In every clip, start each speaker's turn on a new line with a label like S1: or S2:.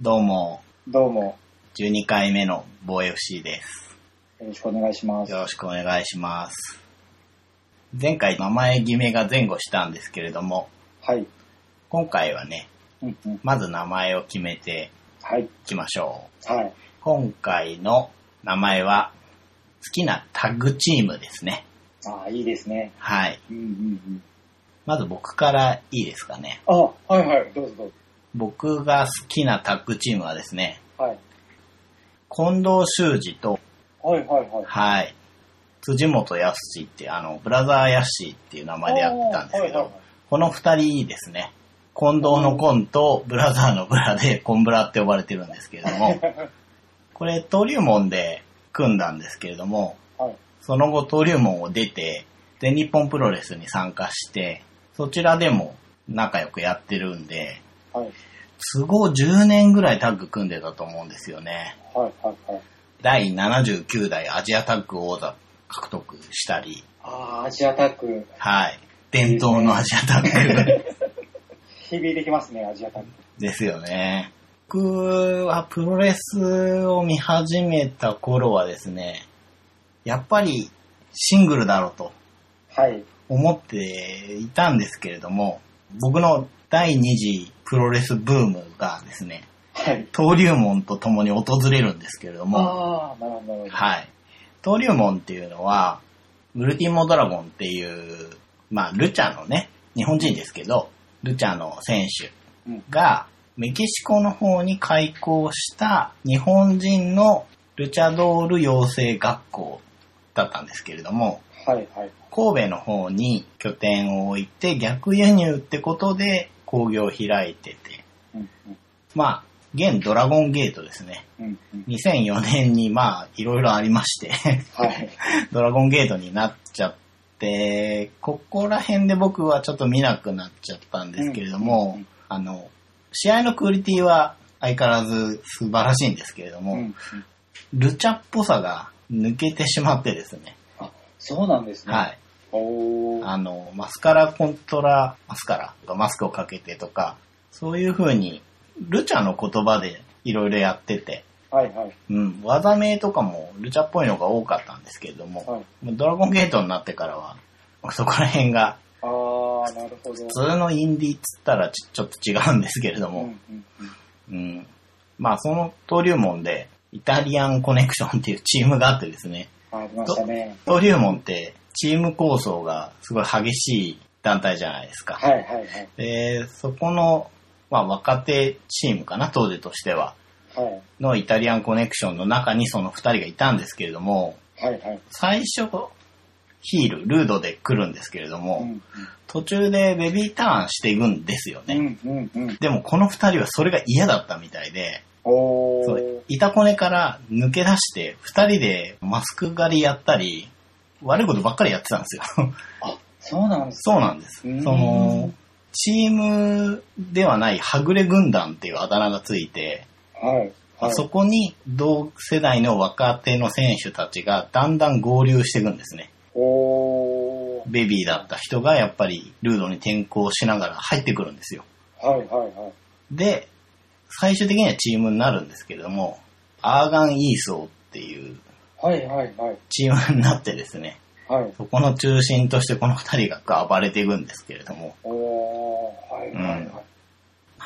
S1: どうも、
S2: どうも、
S1: 12回目の防衛 FC です。
S2: よろしくお願いします。
S1: よろしくお願いします。前回名前決めが前後したんですけれども、
S2: はい。
S1: 今回はね、
S2: うんうん。
S1: まず名前を決めて
S2: はい。
S1: いきましょ
S2: はい。
S1: う。今回の名前は、好きなタッグチームですね。
S2: ああ、いいですね。
S1: はい。
S2: うんうんうん。
S1: まず僕からいいですかね。
S2: あはいはい。どうぞどうぞ。
S1: 僕が好きなタッグチームはですね、
S2: はい。
S1: 近藤修二と
S2: はいはいはい。
S1: はい。辻本康って、あの、ブラザー康っていう名前でやってたんですけ
S2: はい
S1: ど
S2: は、
S1: この二人ですね。近藤のコンとブラザーのブラでコンブラって呼ばれてるんですけれども、これ登竜門で組んだんですけれども、
S2: いはい。はい。
S1: その後登竜門を出て、全日本プロレスに参加して、そちらでも仲良くやってるんで、
S2: はい。
S1: 都合10年ぐらいタッグ組んでたと思うんですよね。
S2: はいはいはい。
S1: 第79代アジアタッグ王座獲得したり、
S2: ああ、アジアタック。
S1: はい。伝統のアジアタック
S2: 響いてきますね、アジアタック。
S1: ですよね。僕はプロレスを見始めた頃はですね、やっぱりシングルだろうと
S2: はい。
S1: 思っていたんですけれども、僕の第2次プロレスブームがですね、
S2: はい。
S1: 登竜門と共に訪れるんですけれども、
S2: ああ、なるほどなるほど。
S1: はい。登竜門っていうのは、ウルティモドラゴンっていう、まあ、ルチャのね、日本人ですけど、ルチャの選手
S2: うん。
S1: がメキシコの方に開校した日本人のルチャドール養成学校だったんですけれども、
S2: はいはい。
S1: 神戸の方に拠点を置いて逆輸入ってことで工業を開いてて、
S2: うんうん
S1: まあ、現ドラゴンゲートですね。
S2: うんうん。
S1: 2004年にまあ、いろいろありまして、
S2: はい。
S1: ドラゴンゲートになっちゃって、ここら辺で僕はちょっと見なくなっちゃったんですけれども、
S2: うんうん
S1: あの、試合のクオリティは相変わらず素晴らしいんですけれど
S2: う
S1: も、
S2: んうん。
S1: ルチャっぽさが抜けてしまってですね、
S2: あ、そうなんですね。
S1: はい。
S2: おー。
S1: あの、マスカラコントラマスカラ、マスクをかけてとか、そういう風に、ルチャの言葉でいろいろやってて、
S2: はいはい。
S1: うん、技名とかもルチャっぽいのが多かったんですけれども、
S2: はい。
S1: ドラゴンゲートになってからは、そこら辺が、
S2: ああ、なるほど。
S1: 普通のインディーっつったらちちょっと違うんですけれど
S2: うんう
S1: も、
S2: んうん。
S1: うん。まあ、その登竜門で、イタリアンコネクションっていうチームがあってですね、
S2: ありましたね。
S1: 登竜門ってチーム構想がすごい激しい団体じゃないですか。
S2: はいはいはい。
S1: で、そこの、まあ、若手チームかな、当時としては、
S2: はい。
S1: のイタリアンコネクションの中にその二人がいたんですけれども、
S2: はいはい。
S1: 最初、ヒール、ルードで来るんですけれども、
S2: うん
S1: 途中でベビーターンしていくんですよ
S2: う
S1: ね。
S2: んうんうん。
S1: でもこの二人はそれが嫌だったみたいで、
S2: お
S1: そ
S2: ー
S1: う。イタコネから抜け出して、二人でマスク狩りやったり、悪いことばっかりやってたんですよ。
S2: あ、そうなんです
S1: そうなんです。そ
S2: うん
S1: の、チームではないはぐれ軍団っていうあだ名がついて、
S2: はい。はい。
S1: そこに同世代の若手の選手たちがだんだん合流していくんですね。
S2: おー。
S1: ベビーだった人がやっぱりルードに転校しながら入ってくるんですよ。
S2: はいはいはい。
S1: で、最終的にはチームになるんですけれども、アーガン・イーソーっていう
S2: はいはいはい。
S1: チームになってですね、
S2: はい。
S1: そこの中心としてこの二人が暴れていくんですけれども、
S2: おー。はいはいはい。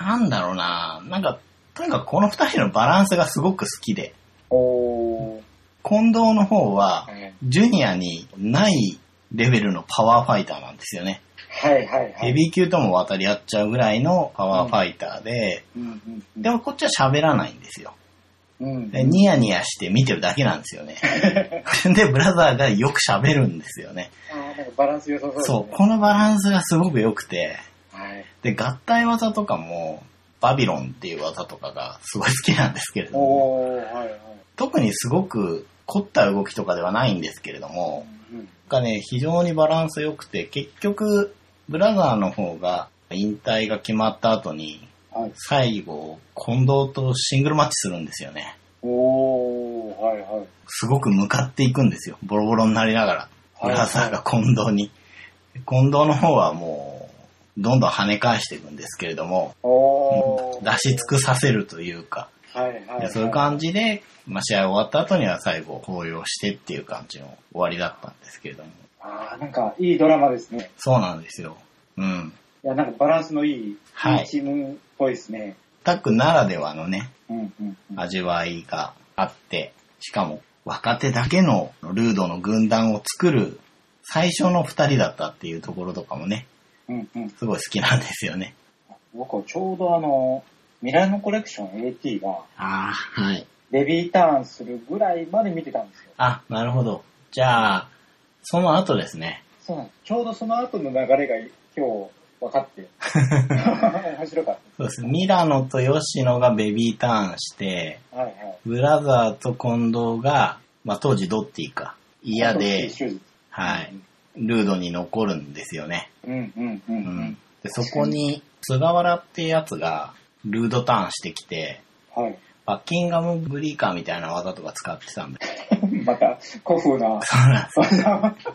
S1: なんだろうななんか、とにかくこの二人のバランスがすごく好きで、
S2: おー。
S1: 近藤の方は
S2: は、い
S1: ジュニアにないレベルのパワーファイターなんですよね。
S2: はいはい。
S1: ヘビー級とも渡り合っちゃうぐらいのパワーファイターで、
S2: うんうん
S1: でもこっちは喋らないんですよ。
S2: うん。うん。
S1: でニヤニヤして見てるだけなんです よね。で、ブラザーがよく喋るんですよね。
S2: あー、なんかバランス良さそうですね。
S1: そう、このバランスがすごく良くて、
S2: はい。
S1: で、合体技とかも、バビロンっていう技とかがすごい好きなんですけれども、
S2: おー。はいはい。
S1: 特にすごく凝った動きとかではないんですけれども、
S2: うん
S1: がね、非常にバランス良くて、結局、ブラザーの方が引退が決まった後に、
S2: はい。
S1: 最後、近藤とシングルマッチするんですよね。
S2: おー。はいはい。
S1: すごく向かっていくんですよ。ボロボロになりながら。ブ
S2: はい
S1: ラザーが近藤に。近藤の方はもう、どんどん跳ね返していくんですけれども、
S2: おおー
S1: 出し尽くさせるというか、
S2: はいはい、は
S1: で
S2: い。
S1: そういう感じで、まあ、試合終わった後には最後、抱擁してっていう感じの終わりだったんですけれども。
S2: ああ、なんか、いいドラマですね。
S1: そうなんですよ。うん。
S2: いや、なんかバランスのいい、
S1: はい
S2: いいチームっぽいですね。
S1: タックならではのね、
S2: うんうんうん。
S1: 味わいがあって、しかも若手だけのルードの軍団を作る最初の二人だったっていうところとかもね、
S2: うんうん。
S1: すごい好きなんですよね。
S2: 僕はちょうどあの、ミラノコレクション AT が、
S1: ああ、はい。
S2: レビーターンするぐらいまで見てたんですよ。
S1: あ、なるほど。じゃあ、その後ですね。
S2: そうなんです。ちょうどその後の流れが今日分か って、面白かっ
S1: そうです。ミラノと吉野がベビーターンして、
S2: た。はいはい。
S1: ブラザーと近藤が、まあ、当時ドッティか。嫌で、はい。。ルードに残るんですよね。
S2: うんうんうんう
S1: うんん。。で、そこに、菅原ってやつが、ルードターンしてきて、
S2: はい。
S1: バッキンガムブリーカーみたいな技とか使ってたんで。
S2: また、古風 な。
S1: そうなんです。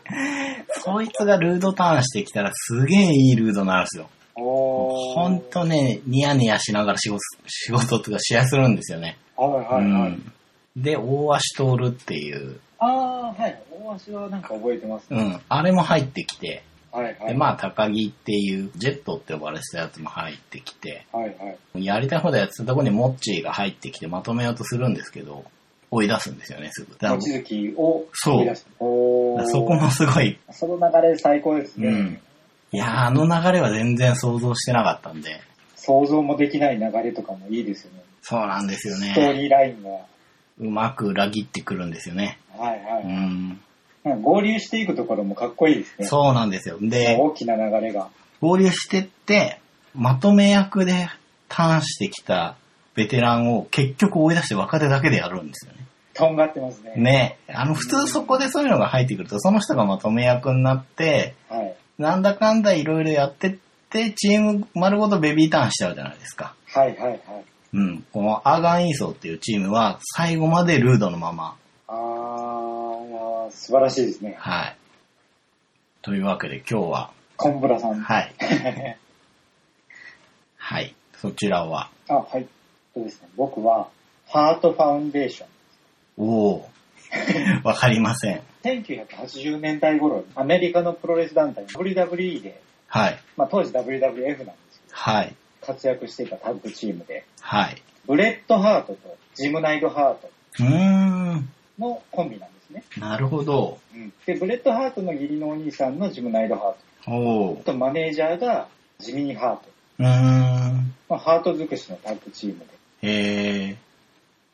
S1: そいつがルードターンしてきたらすげえいいルードなんですよ。
S2: おー。
S1: ほんとね、ニヤニヤしながら仕事、仕事とか試合するんですよね。
S2: はいはいは
S1: う
S2: い。
S1: んで、大足通るっていう、
S2: あー、はい。大足はなんか覚えてます
S1: う
S2: ね。
S1: ん、あれも入ってきて、
S2: はいは
S1: で、
S2: い。
S1: まあ、高木っていう、ジェットって呼ばれてたやつも入ってきて、
S2: はいはい。
S1: やりたい放題やってたとこにモッチーが入ってきてまとめようとするんですけど、追い出すんですよね、すぐ。だから
S2: 望月を
S1: そう
S2: 追い出した。おー。
S1: そこもすごい、
S2: その流れ最高です
S1: う
S2: ね。
S1: ん。いやー、あの流れは全然想像してなかったんで、
S2: 想像もできない流れとかもいいですよね。
S1: そうなんですよ
S2: スト
S1: ね。
S2: ーリーラインが。は
S1: うまく裏切ってくるんですよね。
S2: いは
S1: う
S2: い。
S1: ん。
S2: なんか合流していくところもかっこいいですね。
S1: そうなんですよ。で、
S2: 大きな流れが。
S1: 合流してって、まとめ役でターンしてきたベテランを結局追い出して若手だけでやるんですよね。
S2: とんがってますね。
S1: ね。あの、普通そこでそういうのが入ってくると、その人がまとめ役になって、
S2: はい。
S1: なんだかんだいろいろやってって、チーム丸ごとベビーターンしちゃうじゃないですか。
S2: はいはいはい。
S1: うん。このアーガン・イーソーっていうチームは、最後までルードのまま。
S2: あー、素晴らしいですね。
S1: はい。というわけで今日は、
S2: コンブラさん。
S1: はい。はい。そちらは、
S2: あ、はい。そうですね。僕は、ハートファウンデーション。
S1: おおわかりません。
S2: 1980年代頃、アメリカのプロレス団体 WWE で、
S1: はい。
S2: まあ当時 WWF なんですけど、
S1: はい。
S2: 活躍していたタッグチームで、
S1: はい。
S2: ブレッドハートとジムナイドハート
S1: うーん。
S2: のコンビなんですね。
S1: なるほど。
S2: で、ブレッドハートの義理のお兄さんのジムナイドハート。
S1: お
S2: あ
S1: お。
S2: とマネージャーがジミニハート。
S1: うーん。
S2: まあ、ハート尽くしのタッグチームで。
S1: えー、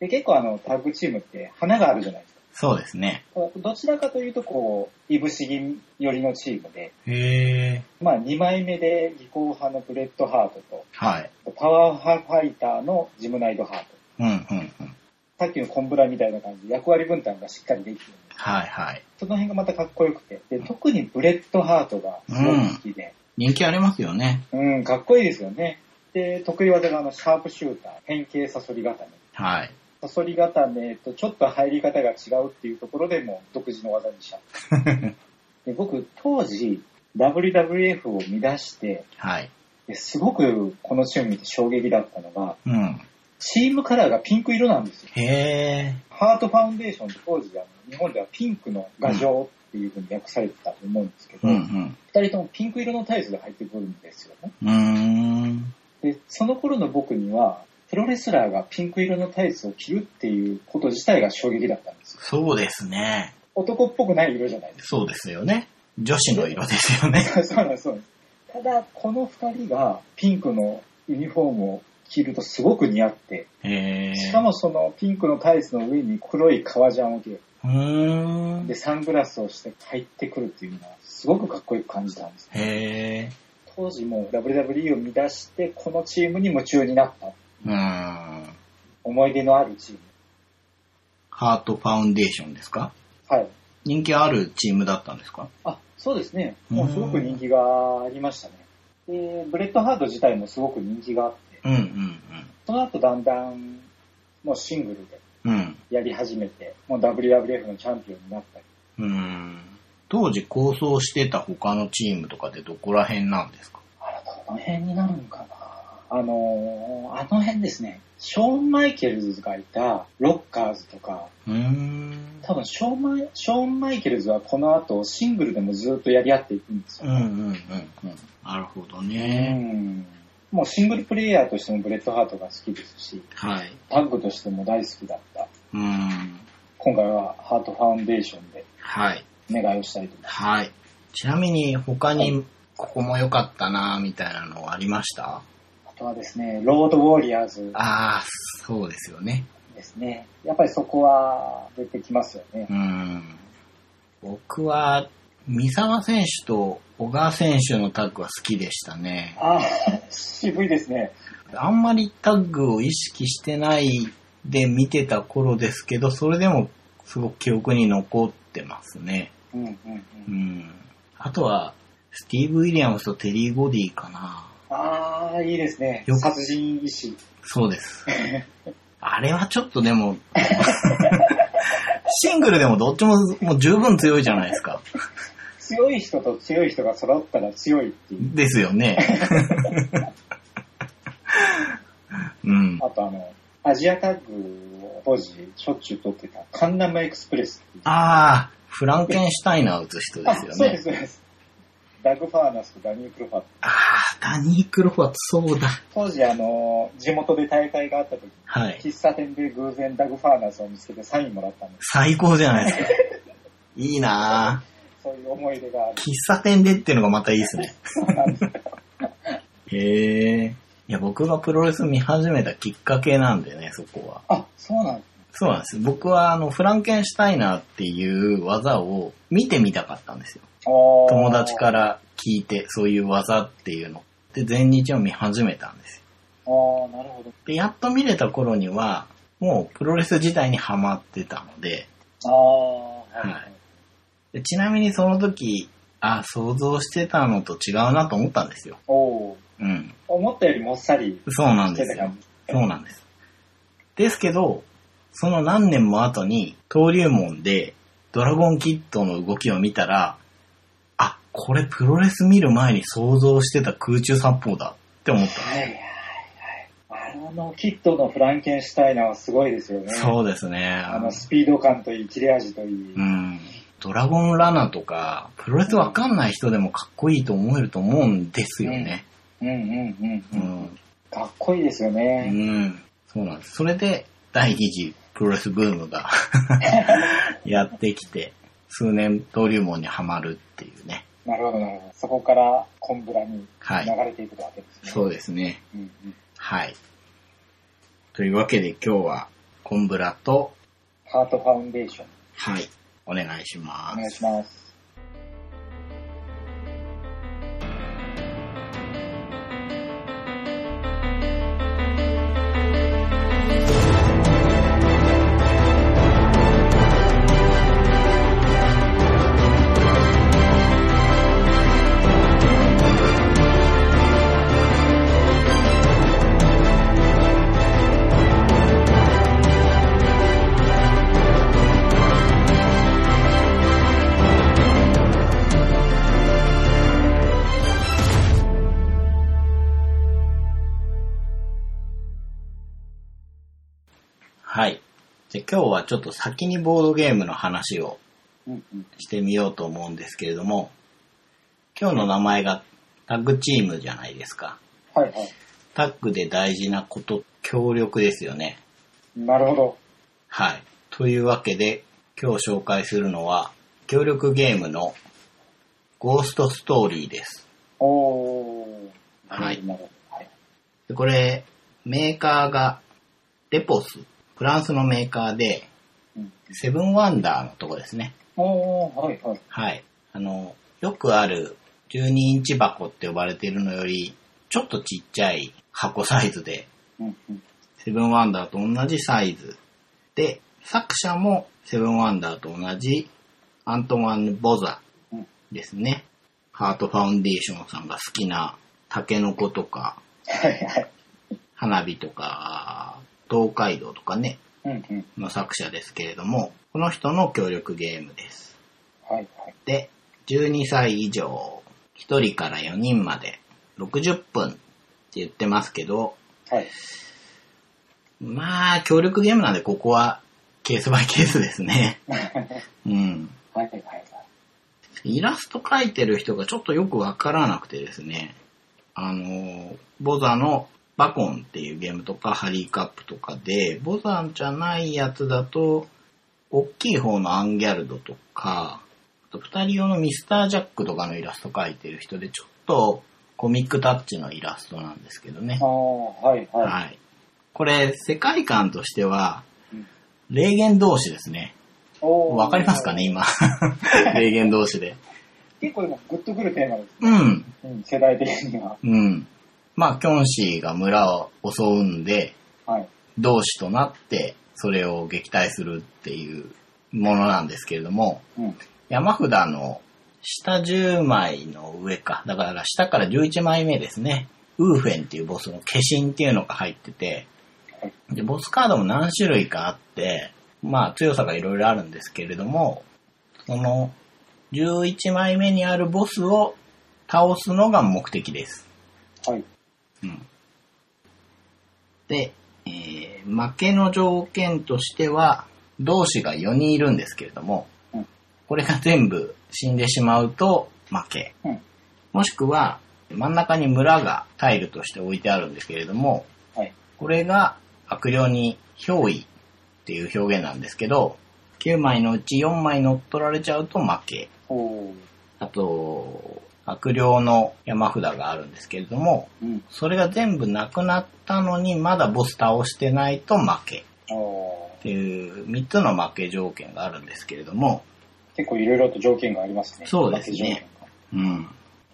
S2: で、結構あの、タッグチームって花があるじゃないですか。
S1: そうですね。
S2: ただどちらかというと、こう、いぶし銀寄りのチームで、
S1: へえ。
S2: まあ、2枚目で技巧派のブレッドハート
S1: はい。
S2: と、パワーファイターのジムナイドハート。
S1: うん、うん、うん。
S2: さっきのコンブラみたいな感じで役割分担がしっかりできてるんで
S1: はい、はい。
S2: その辺がまたかっこよくて。で、特にブレッドハートがすごい好きで、
S1: 人気ありますよね。
S2: うん、かっこいいですよね。で、得意技があの、シャープシューター、変形サソリ固め。
S1: はい。
S2: サソリ固めとちょっと入り方が違うっていうところでもう独自の技にした。で僕、当時、WWF を見出して、
S1: はい。
S2: ですごくこのチーム見て衝撃だったのが、
S1: うん。
S2: チームカラーがピンク色なんですよ。
S1: へえ。
S2: ハートファウンデーションって当時あの、日本ではピンクの牙城っていうふうに訳されてたと思うんですけど、
S1: う
S2: 二、
S1: ん、
S2: 人ともピンク色のタイツが入ってくるんですよね。
S1: うん。うーん。
S2: で、その頃の僕には、プロレスラーがピンク色のタイツを着るっていうこと自体が衝撃だったんですよ。
S1: そうですね。
S2: 男っぽくない色じゃないです
S1: そうですよね。女子の色ですよね。
S2: か。そうなんです、そうなんです。ただ、この二人がピンクのユニフォームを着るとすごく似合って、
S1: へえ。
S2: しかもそのピンクのタイツの上に黒い革ジャンを着る。
S1: うーん。
S2: で、サングラスをして入ってくるっていうのは、すごくかっこよく感じたんです。
S1: へえ。
S2: 当時もう WWE を見出して、このチームに夢中になった。
S1: うーん。
S2: 思い出のあるチーム。
S1: ハートファウンデーションですか
S2: はい。
S1: 人気あるチームだったんですか
S2: あ、そうですね。もうすごく人気がありましたね。で、ブレッドハート自体もすごく人気があって、
S1: うん、うん、
S2: その後だんだん、もうシングルで
S1: うん。うん。
S2: やり始めて、もう WWF のチャンピオンになったり。
S1: うーん当時構想してた他のチームとかでどこら辺なんですか
S2: あら、どの辺になるのかなあのーあの辺ですね、ショーン・マイケルズがいたロッカーズとか、
S1: うーん。
S2: 多分ショーンマイショーン・マイケルズはこの後シングルでもずっとやり合っていくんです
S1: う
S2: よ。
S1: んうんうんうん。なるほど
S2: う
S1: ね。
S2: んもうシングルプレイヤーとしてもブレッドハートが好きですし、
S1: はい。
S2: タッグとしても大好きだった。
S1: うん。
S2: 今回はハートファウンデーションで
S1: はい。
S2: お願いをしたいと思います。
S1: はい。ちなみに他にここも良かったなみたいなのはありました
S2: あとはですね、ロードウォリアーズ
S1: ああ、そうですよね。
S2: ですね。やっぱりそこは出てきますよね
S1: う。ん。僕は、三沢選手と小川選手のタッグは好きでしたね。
S2: あー渋いですね。
S1: あんまりタッグを意識してないで見てた頃ですけど、それでもすごく記憶に残ってますね。
S2: うんうんうん
S1: うん。あとは、スティーブ・ウィリアムスとテリー・ゴディかな。
S2: ああ、いいですね
S1: よ。く
S2: 殺人医師。
S1: そう です。あれはちょっとでも、シングルでもどっちももう十分強いじゃないですか。
S2: 強い人と強い人が揃ったら強いっていう。
S1: ですよね。 うん。
S2: あとあの、アジアタッグを当時しょっちゅう撮ってたカンナムエクスプレスっていう。
S1: ああ、フランケンシュタイナー打つ人ですよ
S2: あそうで
S1: ね
S2: す、。そうです。ダグ・ファーナスとダニー・クロファー。
S1: ああ、ダニー・クロファーツそうだ。
S2: 当時あの、地元で大会があった時、
S1: はい。
S2: 喫茶店で偶然ダグ・ファーナスを見つけてサインもらったんです。
S1: 最高じゃないですか。いいなあ
S2: そういう思い出がある。
S1: 喫茶店でっていうのがまたいいですね。へえ。いや、僕がプロレス見始めたきっかけなんでね、そこは。
S2: あ、そうなんですね。
S1: そうなんです。僕は、あの、フランケンシュタイナーっていう技を見てみたかったんですよ。友
S2: 友
S1: 達か。ら聞いて、そういう技っていうの。で、全日を見始めたんですよ。
S2: あーあー、なるほ
S1: で、やっと見れた頃には、もうプロレス自体にハマってたので、
S2: ど。ああ、
S1: はいでちなみにその時、あ、想像してたのと違うなと思ったんですよ。
S2: おおー。
S1: うん。
S2: 思ったよりもっさり
S1: そうなん
S2: し
S1: で
S2: て
S1: す
S2: た
S1: よ
S2: 感。じ。
S1: そうなんです。ですけど、その何年も後に、登竜門で、ドラゴンキッドの動きを見たら、あ、これプロレス見る前に想像してた空中散歩だって思った。
S2: はいはいはい。あのキットのフランケンシュタイナーはすごいですよね。
S1: そうですね。
S2: あのスピード感といい、切れ味といい。
S1: うん。ドラゴンラナとか、プロレスわかんない人でもかっこいいと思えると思うんですよね。
S2: うんうん
S1: う
S2: うんうん。
S1: ん。
S2: かっこいいですよ
S1: う
S2: ね。
S1: ん。そうなんです。それで、第二次プロレスブーム がやってきて、数年登竜門にはまるっていうね。
S2: なるほどなるほど。そこからコンブラに
S1: はい
S2: 流れていくわけですね。
S1: そうですね。
S2: うんうん
S1: はい。というわけで今日は、コンブラと、
S2: ハートファウンデーション。
S1: はい、お願いしま
S2: お願い
S1: す。
S2: します。
S1: はい。じゃあ今日はちょっと先にボードゲームの話を
S2: うんうん
S1: してみようと思うんですけれども、今日の名前がタッグチームじゃないですか。
S2: はいはい。
S1: タッグで大事なこと、協力ですよね。
S2: なるほど。
S1: はい。というわけで、今日紹介するのは、協力ゲームのゴーストストーリーです。
S2: おー。
S1: はい
S2: なるほど。はい。
S1: でこれ、メーカーが、レポス、フランスのメーカーで、
S2: うん
S1: セブンワンダーのとこですね。
S2: おー、はいはい。
S1: はい。あの、よくある12インチ箱って呼ばれてるのより、ちょっとちっちゃい箱サイズで、
S2: うんうん
S1: セブンワンダーと同じサイズ。で、作者もセブンワンダーと同じアントワン・ボザ
S2: うん
S1: ですね。ハートファウンデーションさんが好きなタケノコとか、
S2: はいはい。
S1: 花火とか、東海道とかね、
S2: うんうん。
S1: の作者ですけれども、この人の協力ゲームです。
S2: はいはい。
S1: で、12歳以上、1人から4人まで、60分言ってますけど、
S2: はい。
S1: まあ、協力ゲームなんでここはケースバイケースですね。うん。
S2: はいはいはい。
S1: イラスト描いてる人がちょっとよくわからなくてですね、あの、ボザのバコンっていうゲームとか、ハリーカップとかで、ボザじゃないやつだと、大きい方のアンギャルドとか、あと二人用のミスタージャックとかのイラスト描いてる人で、ちょっとコミックタッチのイラストなんですけどね
S2: あ。あ、はいは
S1: はい。これ、世界観としては
S2: うん、
S1: 霊言同士ですね。
S2: い。おー
S1: わかりますかね、 今。霊言同士で。
S2: 結構でもグッとくるテーマです。
S1: うん。
S2: うん、世代的には。
S1: うん。まあ、キョンシーが村を襲うんで、
S2: はい。
S1: 同志となって、それを撃退するっていうものなんですけれども、
S2: うん。
S1: 山札の下10枚の上か、だから下から11枚目ですね。ウーフェンっていうボスの化身っていうのが入ってて、で、ボスカードも何種類かあって、まあ強さがいろいろあるんですけれども、その11枚目にあるボスを倒すのが目的です。
S2: はい。
S1: うんで、えー負けの条件としては、同士が4人いるんですけれども
S2: うん、
S1: これが全部死んでしまうと負け。
S2: うん。
S1: もしくは、真ん中に村がタイルとして置いてあるんですけれども、
S2: はい。
S1: これが悪霊に憑依っていう表現なんですけど、9枚のうち4枚乗っ取られちゃうと負け。
S2: おお。
S1: あと、悪霊の山札があるんですけれども、
S2: うん。
S1: それが全部なくなったのに、まだボス倒してないと負けっ
S2: おおー。
S1: ていう3つの負け条件があるんですけれども、
S2: 結構いろいろと条件がありますね。
S1: そうですね
S2: 条件が。
S1: うん。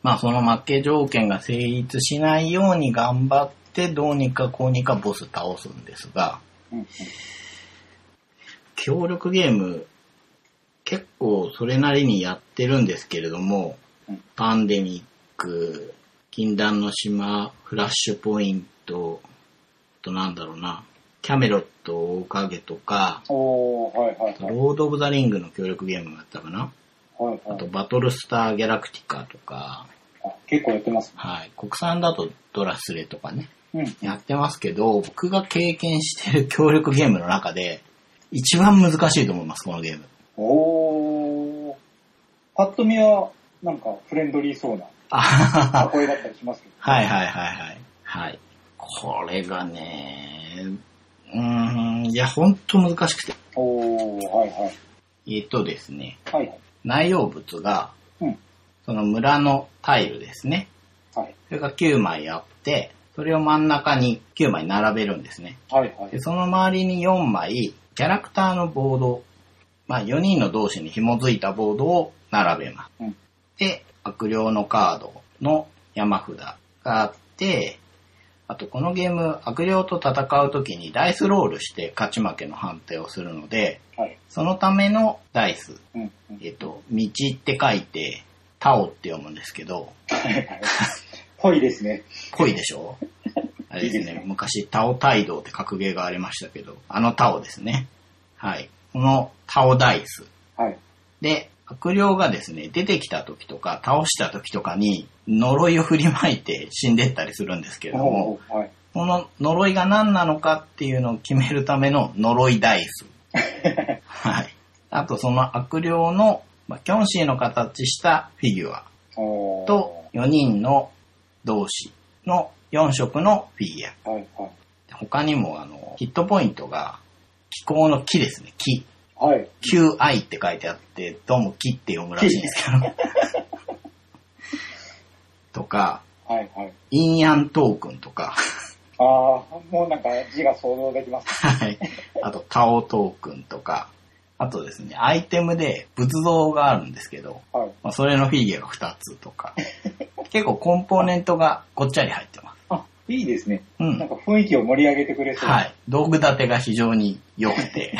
S1: まあその負け条件が成立しないように頑張って、どうにかこうにかボス倒すんですが、
S2: うんうん。
S1: 協力ゲーム、結構それなりにやってるんですけれども
S2: うん、
S1: パンデミック、禁断の島、フラッシュポイント、あとなんだろうな、キャメロット、大影とか、
S2: おおはいはいはい。
S1: ロード・オブ・ザ・リングの協力ゲームがあったかな。
S2: はい
S1: あ
S2: は
S1: と、
S2: い。
S1: バトル・スター・ギャラクティカとか、
S2: あ結構やってますね。
S1: はい。国産だとドラスレとかね、
S2: うん。
S1: やってますけど、僕が経験してる協力ゲームの中で、一番難しいと思います、このゲーム。
S2: おお。パッと見は、なんかフレンドリーそうな
S1: あははは
S2: 声だったりしますけど。
S1: はいはいはいはい。はい。これがね、うーん、いや、ほんと難しくて。
S2: おおはいはい。
S1: えっとですね、
S2: はいはい。
S1: 内容物が、
S2: うん。
S1: その村のタイルですね。
S2: はい。
S1: それが9枚あって、それを真ん中に9枚並べるんですね。
S2: はいはい
S1: で、。その周りに4枚、キャラクターのボード、まあ4人の同士に紐づいたボードを並べます。
S2: うん
S1: で、悪霊のカードの山札があって、あとこのゲーム、悪霊と戦う時にダイスロールして勝ち負けの判定をするので、
S2: はい。
S1: そのためのダイス、
S2: うんうん。
S1: えっと、道って書いて、タオって読むんですけど、
S2: はいはい。ぽいですね。
S1: ぽいでしょあれです
S2: いいです
S1: ね
S2: ね、
S1: 昔、タオタイドって格ゲーがありましたけど、あのタオですね。はい。このタオダイス。
S2: はい。
S1: で、悪霊がですね、出てきた時とか、倒した時とかに、呪いを振りまいて死んでったりするんですけれど
S2: お
S1: も、
S2: ーはい。
S1: この呪いが何なのかっていうのを決めるための呪いダイス。はい。あと、その悪霊の、まあ、キョンシーの形したフィギュア。
S2: おー
S1: と4人の同士の4色のフィギュア。
S2: はいはい。
S1: 他にもあのヒットポイントが気候の木ですね。木。
S2: はい。
S1: QI って書いてあって、どうも木って読むらしいんですけど。とか、
S2: はいはい。
S1: 陰暗トークンとか、
S2: ああ、もうなんか字が想像できます。
S1: はい。あと、タオトークンとか、あとですね、アイテムで仏像があるんですけど、
S2: はい。
S1: まあ、それのフィギュアが2つとか、結構コンポーネントがごっちゃり入ってます。
S2: あ、いいですね。
S1: うん
S2: なん。か雰囲気を盛り上げてくれそう。。
S1: はいい。道具立てが非常に良く て。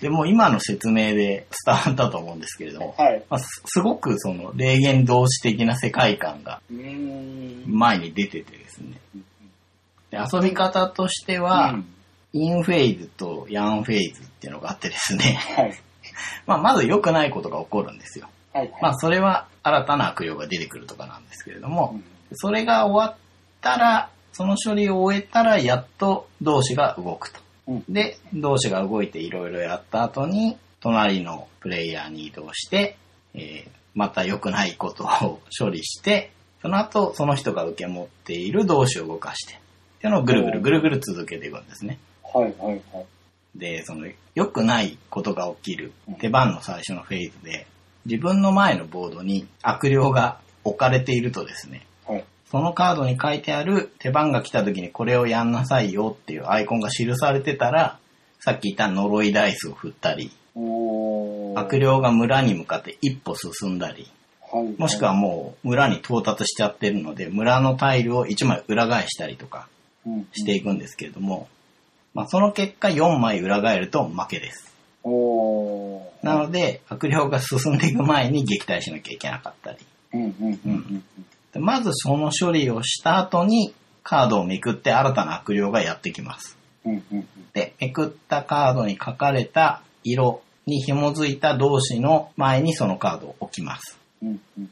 S1: でもう今の説明で伝わったと思うんですけれども、
S2: はい。
S1: まあ、すすごくその霊言同士的な世界観が
S2: うーん。
S1: 前に出ててですね。で遊び方としては、
S2: うん
S1: インフェイズとヤンフェイズっていうのがあってですね、
S2: はい。
S1: まあまず良くないことが起こるんですよ。
S2: はいはい。
S1: まあそれは新たな悪霊が出てくるとかなんですけれども、
S2: うん
S1: それが終わったら、その処理を終えたら、やっと同士が動くと。
S2: うん
S1: で、同士が動いていろいろやった後に、隣のプレイヤーに移動して、えーまた良くないことを処理して、その後、その人が受け持っている同士を動かして、っていうのをぐるぐるぐるぐる続けていくんですね。
S2: はいはいはい。
S1: で、その、良くないことが起きる手番の最初のフェーズで、自分の前のボードに悪霊が置かれているとですね、
S2: はい。
S1: そのカードに書いてある手番が来た時にこれをやんなさいよっていうアイコンが記されてたら、さっき言った呪いダイスを振ったり、
S2: おー
S1: 悪霊が村に向かって一歩進んだり、
S2: はいはい。
S1: もしくはもう村に到達しちゃってるので、村のタイルを1枚裏返したりとか
S2: うん、
S1: していくんですけれども、まあその結果4枚裏返ると負けです。
S2: おー
S1: なので、悪霊が進んでいく前に撃退しなきゃいけなかったり。
S2: うんうんうんうん
S1: でまずその処理をした後に、カードをめくって新たな悪霊がやってきます。
S2: うんうんうん
S1: で、めくったカードに書かれた色に紐づいた同士の前にそのカードを置きます。
S2: うんうん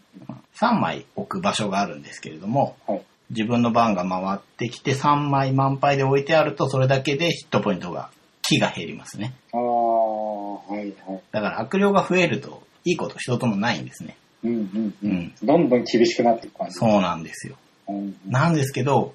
S1: 3枚置く場所があるんですけれども、
S2: はい。
S1: 自分の番が回ってきて3枚満杯で置いてあると、それだけでヒットポイントが、木が減りますね。
S2: ああ、はいはい。
S1: だから悪霊が増えると、いいこと一つもないんですね。
S2: うんうん
S1: う
S2: う。
S1: んん。
S2: どんどん厳しくなっていく感じ。
S1: そうなんですよ。
S2: うんうん。
S1: なんですけど、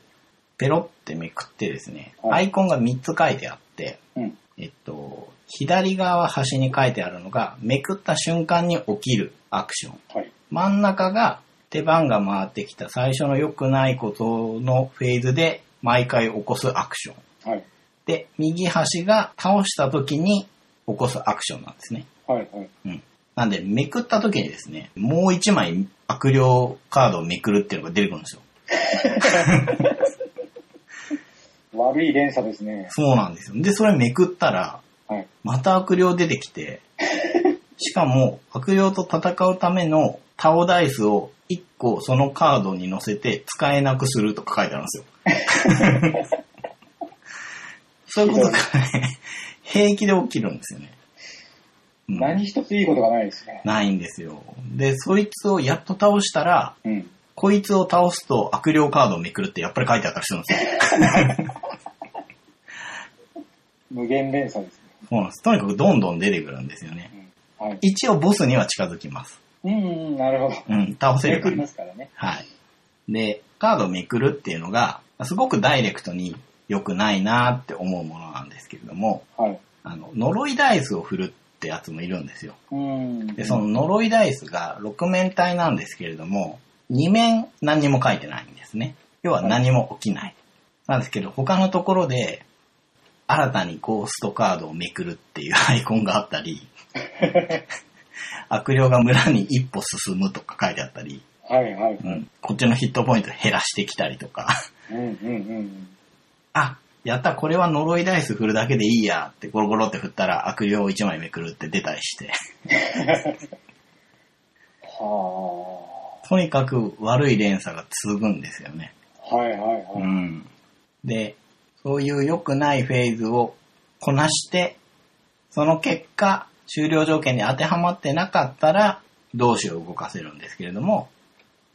S1: ペロってめくってですね、
S2: は
S1: ア
S2: い
S1: イコンが3つ書いてあって、
S2: うん。
S1: えっと、左側端に書いてあるのが、めくった瞬間に起きるアクション。
S2: はい。
S1: 真ん中が手番が回ってきた最初の良くないことのフェーズで毎回起こすアクション。
S2: はい。
S1: で、右端が倒した時に起こすアクションなんですね。
S2: はいはい。
S1: うん。なんで、めくった時にですね、もう1枚悪霊カードをめくるっていうのが出てくるんですよ。
S2: 悪い連鎖ですね。
S1: そうなんですよ。で、それめくったら、
S2: はい。
S1: また悪霊出てきて、しかも悪霊と戦うためのタオダイスを1個そのカードに乗せて使えなくするとか書いてあるんですよ。そういうことがね、平気で起きるんですよね。うん
S2: 何一ついいことがないですね。
S1: ないんですよ。で、そいつをやっと倒したら、
S2: うん。
S1: こいつを倒すと悪霊カードをめくるってやっぱり書いてあったりするんですよ。
S2: 無限連鎖ですね。
S1: そうなんです。とにかくどんどん出てくるんですよね。
S2: うん。はい。
S1: 一応ボスには近づきます。
S2: うんうん、なるほど。
S1: うん、倒せ
S2: め
S1: るか
S2: くり
S1: ら
S2: ま。すからね。
S1: はい。で、カードをめくるっていうのが、すごくダイレクトに良くないなって思うものなんですけれども、
S2: はい。
S1: あの、呪いダイスを振るってやつもいるんですよ。
S2: うん。
S1: で、その呪いダイスが6面体なんですけれども、2面何にも書いてないんですね。要は何も起きない。なんですけど、他のところで、新たにゴーストカードをめくるっていうアイコンがあったり、悪霊が村に一歩進むとか書いてあったり、
S2: はいはい。
S1: うん、こっちのヒットポイント減らしてきたりとか、
S2: うんうんうん。
S1: あ、やった、これは呪いダイス振るだけでいいやってゴロゴロって振ったら悪霊を1枚めくるって出たりして、
S2: は
S1: とにかく悪い連鎖が続くんですよね。
S2: あ。はいはいはい。
S1: うん。で、そういう良くないフェーズをこなして、その結果、終了条件に当てはまってなかったら、同士を動かせるんですけれども、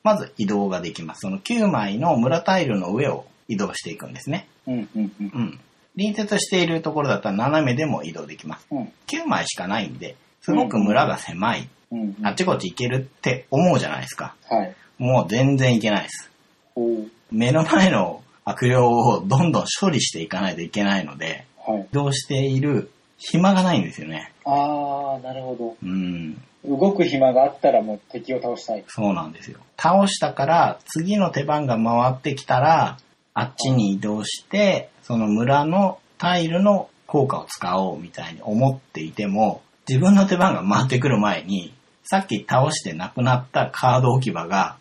S1: まず移動ができます。その9枚の村タイルの上を移動していくんですね。
S2: うんうんうん。
S1: うん。隣接しているところだったら斜めでも移動できます。
S2: うん
S1: 9枚しかないんで、すごく村が狭い。
S2: うんうん。
S1: あっちこっち行けるって思うじゃないですか。
S2: はい。
S1: もう全然行けないです。
S2: おう
S1: 目の前の悪霊をどんどん処理していかないといけないので、
S2: はい。
S1: 移動している暇がないんですよね。
S2: ああ、なるほど。
S1: うん。
S2: 動く暇があったらもう敵を倒したい。
S1: そうなんですよ。倒したから、次の手番が回ってきたら、あっちに移動して、その村のタイルの効果を使おうみたいに思っていても、自分の手番が回ってくる前に、さっき倒してなくなったカード置き場が、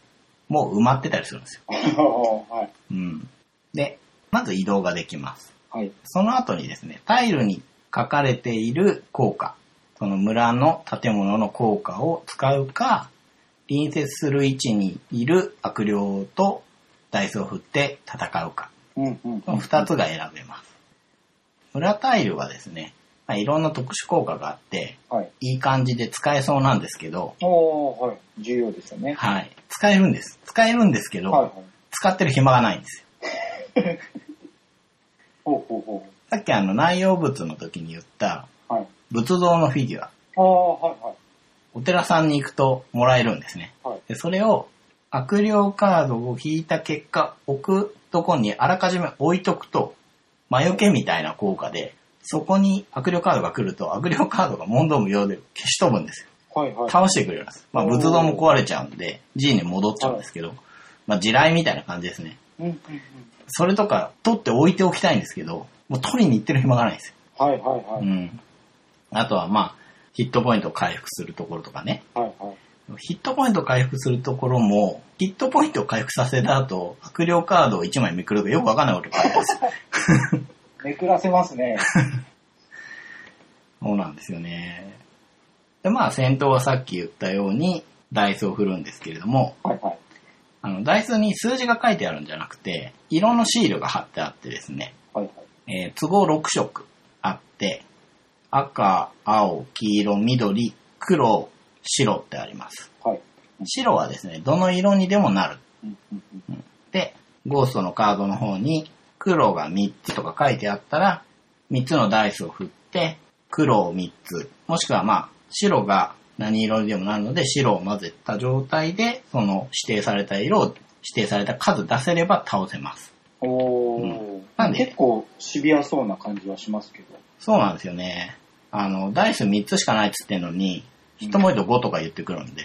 S1: もう埋まってたりするんですよ。
S2: はい。
S1: うん。で、まず移動ができます。
S2: はい。
S1: その後にですね、タイルに書かれている効果、その村の建物の効果を使うか、隣接する位置にいる悪霊とダイスを振って戦うか、
S2: うんうん。
S1: この二つが選べます。村タイルはですね、まあ、いろんな特殊効果があって、
S2: はい。
S1: いい感じで使えそうなんですけど、
S2: おー、はい。重要ですよね。
S1: はい。使えるんです。使えるんですけど、
S2: はいはい。
S1: 使ってる暇がないんですよ。
S2: ほうほうほ
S1: さっきあの内容物の時に言った
S2: う。はい。
S1: 仏像のフィギュア。
S2: ああ、はいはい。
S1: お寺さんに行くともらえるんですね。
S2: はい
S1: でそれを悪霊カードを引いた結果、置くとこにあらかじめ置いとくと、魔除けみたいな効果で、そこに悪霊カードが来ると、悪霊カードが問答無用で消し飛ぶんですよ。
S2: はいはい。
S1: 倒してくれるんです。まあ
S2: おー
S1: 仏像も壊れちゃうんで、G に戻っちゃうんですけど、まあ地雷みたいな感じですね。
S2: うんうんうん。
S1: それとか取って置いておきたいんですけど、もう取りに行ってる暇がないんですよ。
S2: はいはいは
S1: う
S2: い。
S1: ん。あとはまあ、ヒットポイントを回復するところとかね。
S2: はいはい。
S1: ヒットポイント回復するところも、ヒットポイントを回復させた後、悪霊カードを1枚めくるとかよくわかんないことがあります。
S2: めくらせますね。
S1: そうなんですよね。で、まあ戦闘はさっき言ったように、ダイスを振るんですけれども、
S2: はいはい。
S1: あの、ダイスに数字が書いてあるんじゃなくて、色のシールが貼ってあってですね、
S2: はいはい。
S1: えー都合6色あって、赤、青、黄色、緑、黒、白ってあります。
S2: はい。
S1: 白はですね、どの色にでもなる
S2: うんうんうん
S1: で、ゴーストのカードの方に黒が3つとか書いてあったら、3つのダイスを振って、黒を3つ、もしくはまあ、白が何色にでもなるので、白を混ぜた状態で、その指定された色を指定された数出せれば倒せます。
S2: おー、
S1: なんで
S2: 結構シビアそうな感じはしますけど。
S1: そうなんですよね。あの、ダイス3つしかないっつってんのに、一文字と5とか言ってくるんで。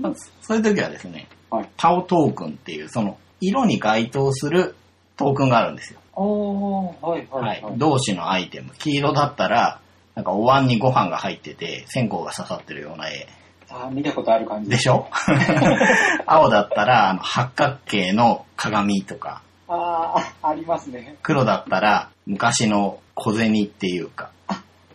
S1: まあ そういう時はですね、
S2: はい。
S1: タオトークンっていう、その、色に該当するトークンがあるんですよ。
S2: おー、はいは
S1: はいい
S2: はい。。
S1: 同士のアイテム。黄色だったら、なんかお椀にご飯が入ってて、線香が刺さってるような絵。
S2: あー見たことある感じ
S1: でし ょ青だったら、あの、八角形の鏡とか。
S2: あ あ、ありますね。
S1: 黒だったら、昔の小銭っていうか。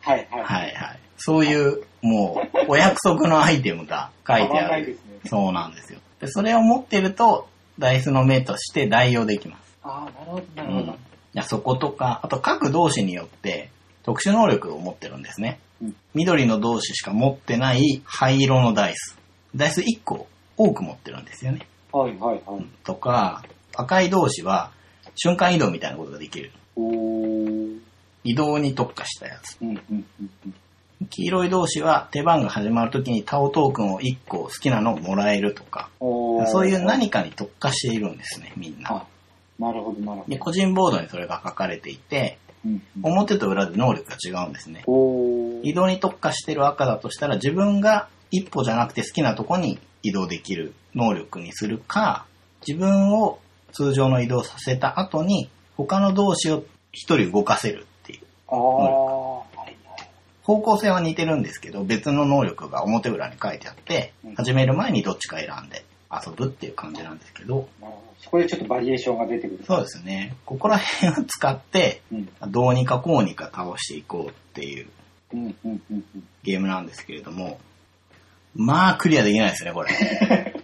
S2: はいはい。い。
S1: はいはい。そういう、もう、お約束のアイテムが書いてあ
S2: ないで
S1: る。
S2: すね。
S1: そうなんですよ。で、それを持ってると、ダイスの目として代用できます。
S2: ああ、なるほど、な
S1: う
S2: る
S1: ん、
S2: ほ
S1: い
S2: ど。
S1: やそことか、あと各同士によって特殊能力を持ってるんですね。
S2: うん
S1: 緑の同士しか持ってない灰色のダイス。ダイス1個多く持ってるんですよね。
S2: はいはいはい。
S1: とか、赤い同士は瞬間移動みたいなことができる。
S2: おー。
S1: 移動に特化したやつ。
S2: うんうんうんうん。
S1: 黄色い同士は手番が始まるときにタオトークンを1個好きなのをもらえるとか、
S2: おー。
S1: そういう何かに特化しているんですね、みんな
S2: あ。、なるほどなるほど
S1: で、。個人ボードにそれが書かれていて、
S2: うんうん
S1: 表と裏で能力が違うんですね。
S2: おー。
S1: 移動に特化してる赤だとしたら自分が一歩じゃなくて好きなとこに移動できる能力にするか、自分を通常の移動させた後に他の同士を一人動かせるっていう。
S2: ああ、はいはい。
S1: 方向性は似てるんですけど、別の能力が表裏に書いてあって
S2: うん、
S1: 始める前にどっちか選んで遊ぶっていう感じなんですけど、
S2: なるほど。そこでちょっとバリエーションが出てくる。
S1: そうですね。ここら辺を使って、
S2: うん。
S1: どうにかこうにか倒していこうっていう
S2: うんうんうんうん。
S1: ゲームなんですけれども、まあクリアできないですね、これ。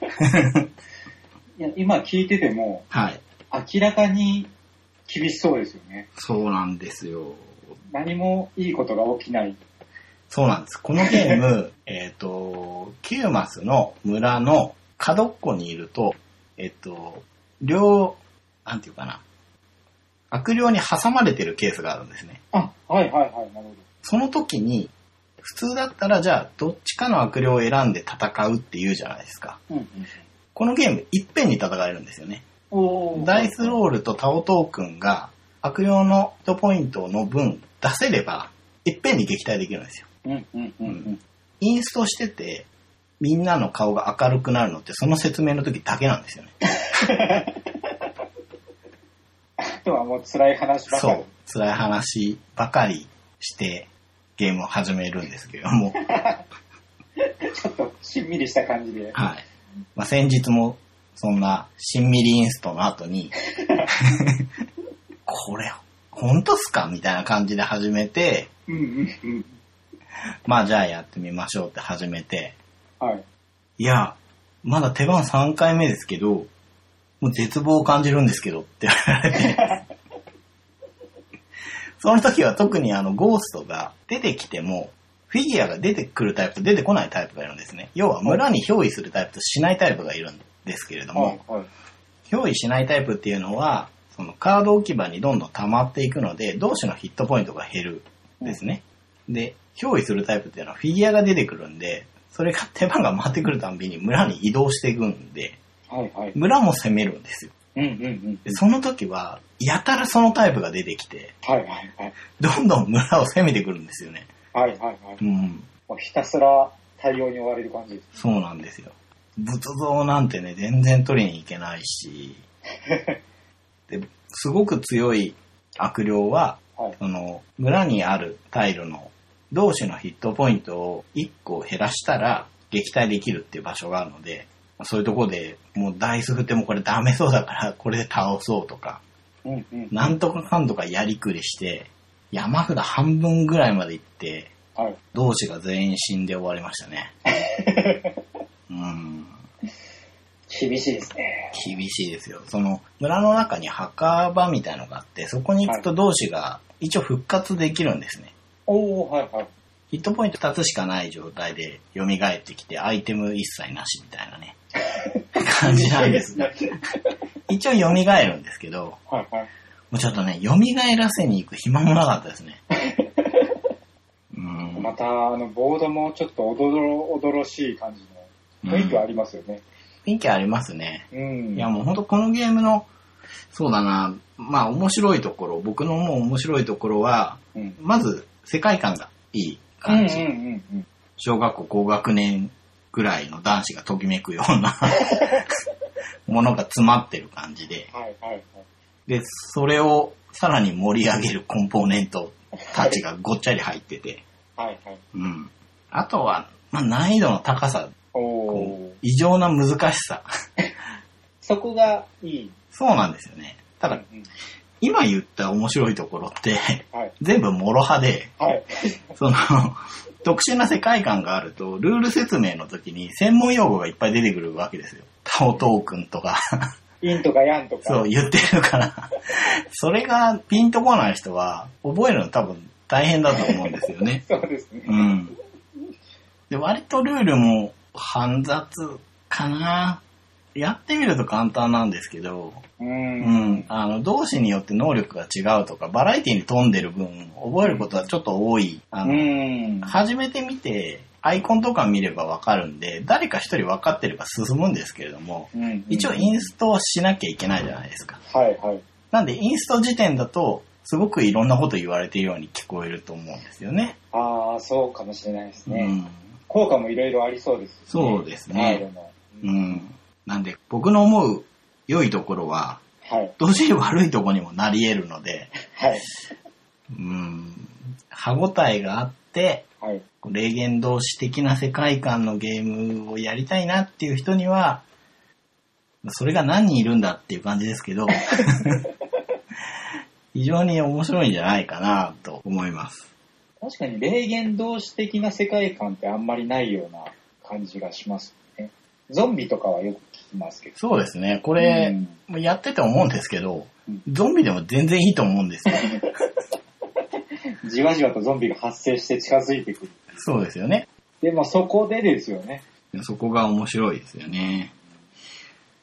S2: いや、今聞いてても、
S1: はい。
S2: 明らかに厳しそうですよね。
S1: そうなんですよ。
S2: 何もいいことが起きない。
S1: そうなんです。このゲーム、えっと、キューマスの村の角っこにいると、えっと、両、なんていうかな、悪霊に挟まれてるケースがあるんですね。
S2: あ、はいはいはい、なるほ
S1: その時に、普通だったらじゃあ、どっちかの悪霊を選んで戦うっていうじゃないですか。
S2: ど。うんうん。
S1: このゲーム、いっぺんに戦えるんですよね。
S2: お
S1: ダイスロールとタオトークンが、悪霊のヒットポイントの分出せれば、いっぺんに撃退できるんですよ。
S2: ール。うんうんうんうん。
S1: インストしてて、みんなの顔が明るくなるのって、その説明の時だけなんですよね。
S2: あとはもう辛い話ば
S1: そ
S2: かり
S1: う。。辛い話ばかりして、ゲームを始めるんですけど も。
S2: ちょっとしんみりした感じで。
S1: はい。まあ、先日も、そんな、しんみりインストの後 に、これ、本当っすかみたいな感じで始めて、
S2: うんうんうん。
S1: まあじゃあやってみましょうって始めて、
S2: はい。
S1: いや、まだ手番3回目ですけど、もう絶望を感じるんですけどって言われ て。その時は特にあのゴーストが出てきても、フィギュアが出てくるタイプと出てこないタイプがいるんですね。要は村に憑依するタイプとしないタイプがいるんですけれども、
S2: はいはい。
S1: 憑依しないタイプっていうのは、そのカード置き場にどんどん溜まっていくので、同士のヒットポイントが減るんですね。で、憑依するタイプっていうのはフィギュアが出てくるんで、それが手番が回ってくるたんびに村に移動していくんで、
S2: はいはい。
S1: 村も攻めるんですよ。
S2: うんうんうん。
S1: でその時は、やたらそのタイプが出てきて、
S2: はいはいはい。
S1: どんどん村を攻めてくるんですよね。
S2: はいはいはい。
S1: うん。
S2: もうひたすら対応に追われる感じです。
S1: そうなんですよ。仏像なんてね、全然取りに行けない し、ですごく強い悪霊は、
S2: はい。
S1: その、村にあるタイルの同士のヒットポイントを1個減らしたら撃退できるっていう場所があるので、そういうとこでもうダイス振ってもこれダメそうだから これで倒そうとか、
S2: うんうん。
S1: なんとかかんとかやりくりして、山札半分ぐらいまで行って、
S2: はい。
S1: 同士が全員死んで終わりましたね。うん。
S2: 厳しいですね。
S1: 厳しいですよ。その、村の中に墓場みたいのがあって、そこに行くと同士が一応復活できるんですね。
S2: おおはいはい。
S1: ヒットポイント2つしかない状態で蘇ってきて、アイテム一切なしみたいなね、感じなんです。
S2: ね。
S1: 一応蘇るんですけど、
S2: はいはい。
S1: もうちょっとね、蘇らせに行く暇もなかったですね。う
S2: ま
S1: ん。
S2: た、あの、ボードもちょっとおどろ、おどろしい感じの雰囲気はありますよね。
S1: 雰囲気ありますね。
S2: うん。
S1: いやもうほんとこのゲームの、そうだな、まあ面白いところ、僕のもう面白いところは、
S2: うん。
S1: まず世界観がいい
S2: うんうん
S1: 感じ。
S2: うん
S1: 小学校高学年ぐらいの男子がときめくよう なものが詰まってる感じで
S2: う、ん。はいはいはい。
S1: で、それをさらに盛り上げるコンポーネントたちがごっちゃり入ってて、
S2: はいはい。
S1: うん。あとは、まあ、難易度の高さ、こ
S2: おお
S1: う。異常な難しさ。
S2: そこがいい。
S1: そうなんですよね。た
S2: う
S1: だ、
S2: ん
S1: 今言った面白いところって、
S2: うんはい。
S1: 全部諸刃で、
S2: はい。
S1: その、 特殊な世界観があると、ルール説明の時に専門用語がいっぱい出てくるわけですよ。タオトークンとか、
S2: インとかヤンとか。
S1: そう言ってる から、それがピンとこない人は、覚えるの多分大変だと思うんですよ ね。
S2: そうですね。
S1: うん。で、割とルールも煩雑かな。やってみると簡単なんですけど、
S2: う。
S1: うんん、あの、同士によって能力が違うとか、バラエティに富んでる分、覚えることはちょっと多い。あの、
S2: うん。
S1: 始めてみて、アイコンとか見ればわかるんで、誰か一人分かってれば進むんですけれども、
S2: うん
S1: 一応インストをしなきゃいけないじゃないですか。
S2: はいはい。
S1: なんで、インスト時点だと、すごくいろんなこと言われているように聞こえると思うんですよね。
S2: ああ、そうかもしれないですね。
S1: うん。
S2: 効果もいろいろありそうです、ね。
S1: そうですね
S2: はいでも
S1: う。ん。なんで、僕の思う良いところは、
S2: はい。
S1: 同時に悪いところにもなり得るので、
S2: はい。
S1: うん。歯応えがあって、
S2: はい。
S1: 霊言同士的な世界観のゲームをやりたいなっていう人には、それが何人いるんだっていう感じですけど、非常に面白いんじゃないかなと思います。
S2: 確かに霊言同士的な世界観ってあんまりないような感じがしますね。ゾンビとかはよく聞きますけど。
S1: そうですね。こ
S2: こ
S1: れ、やってて思うんですけど、ゾンビでも全然いいと思うんです よ。
S2: じわじわとゾンビが発生して近づいてくる。
S1: そうですよね。
S2: でもそこでですよね。
S1: そこが面白いですよね。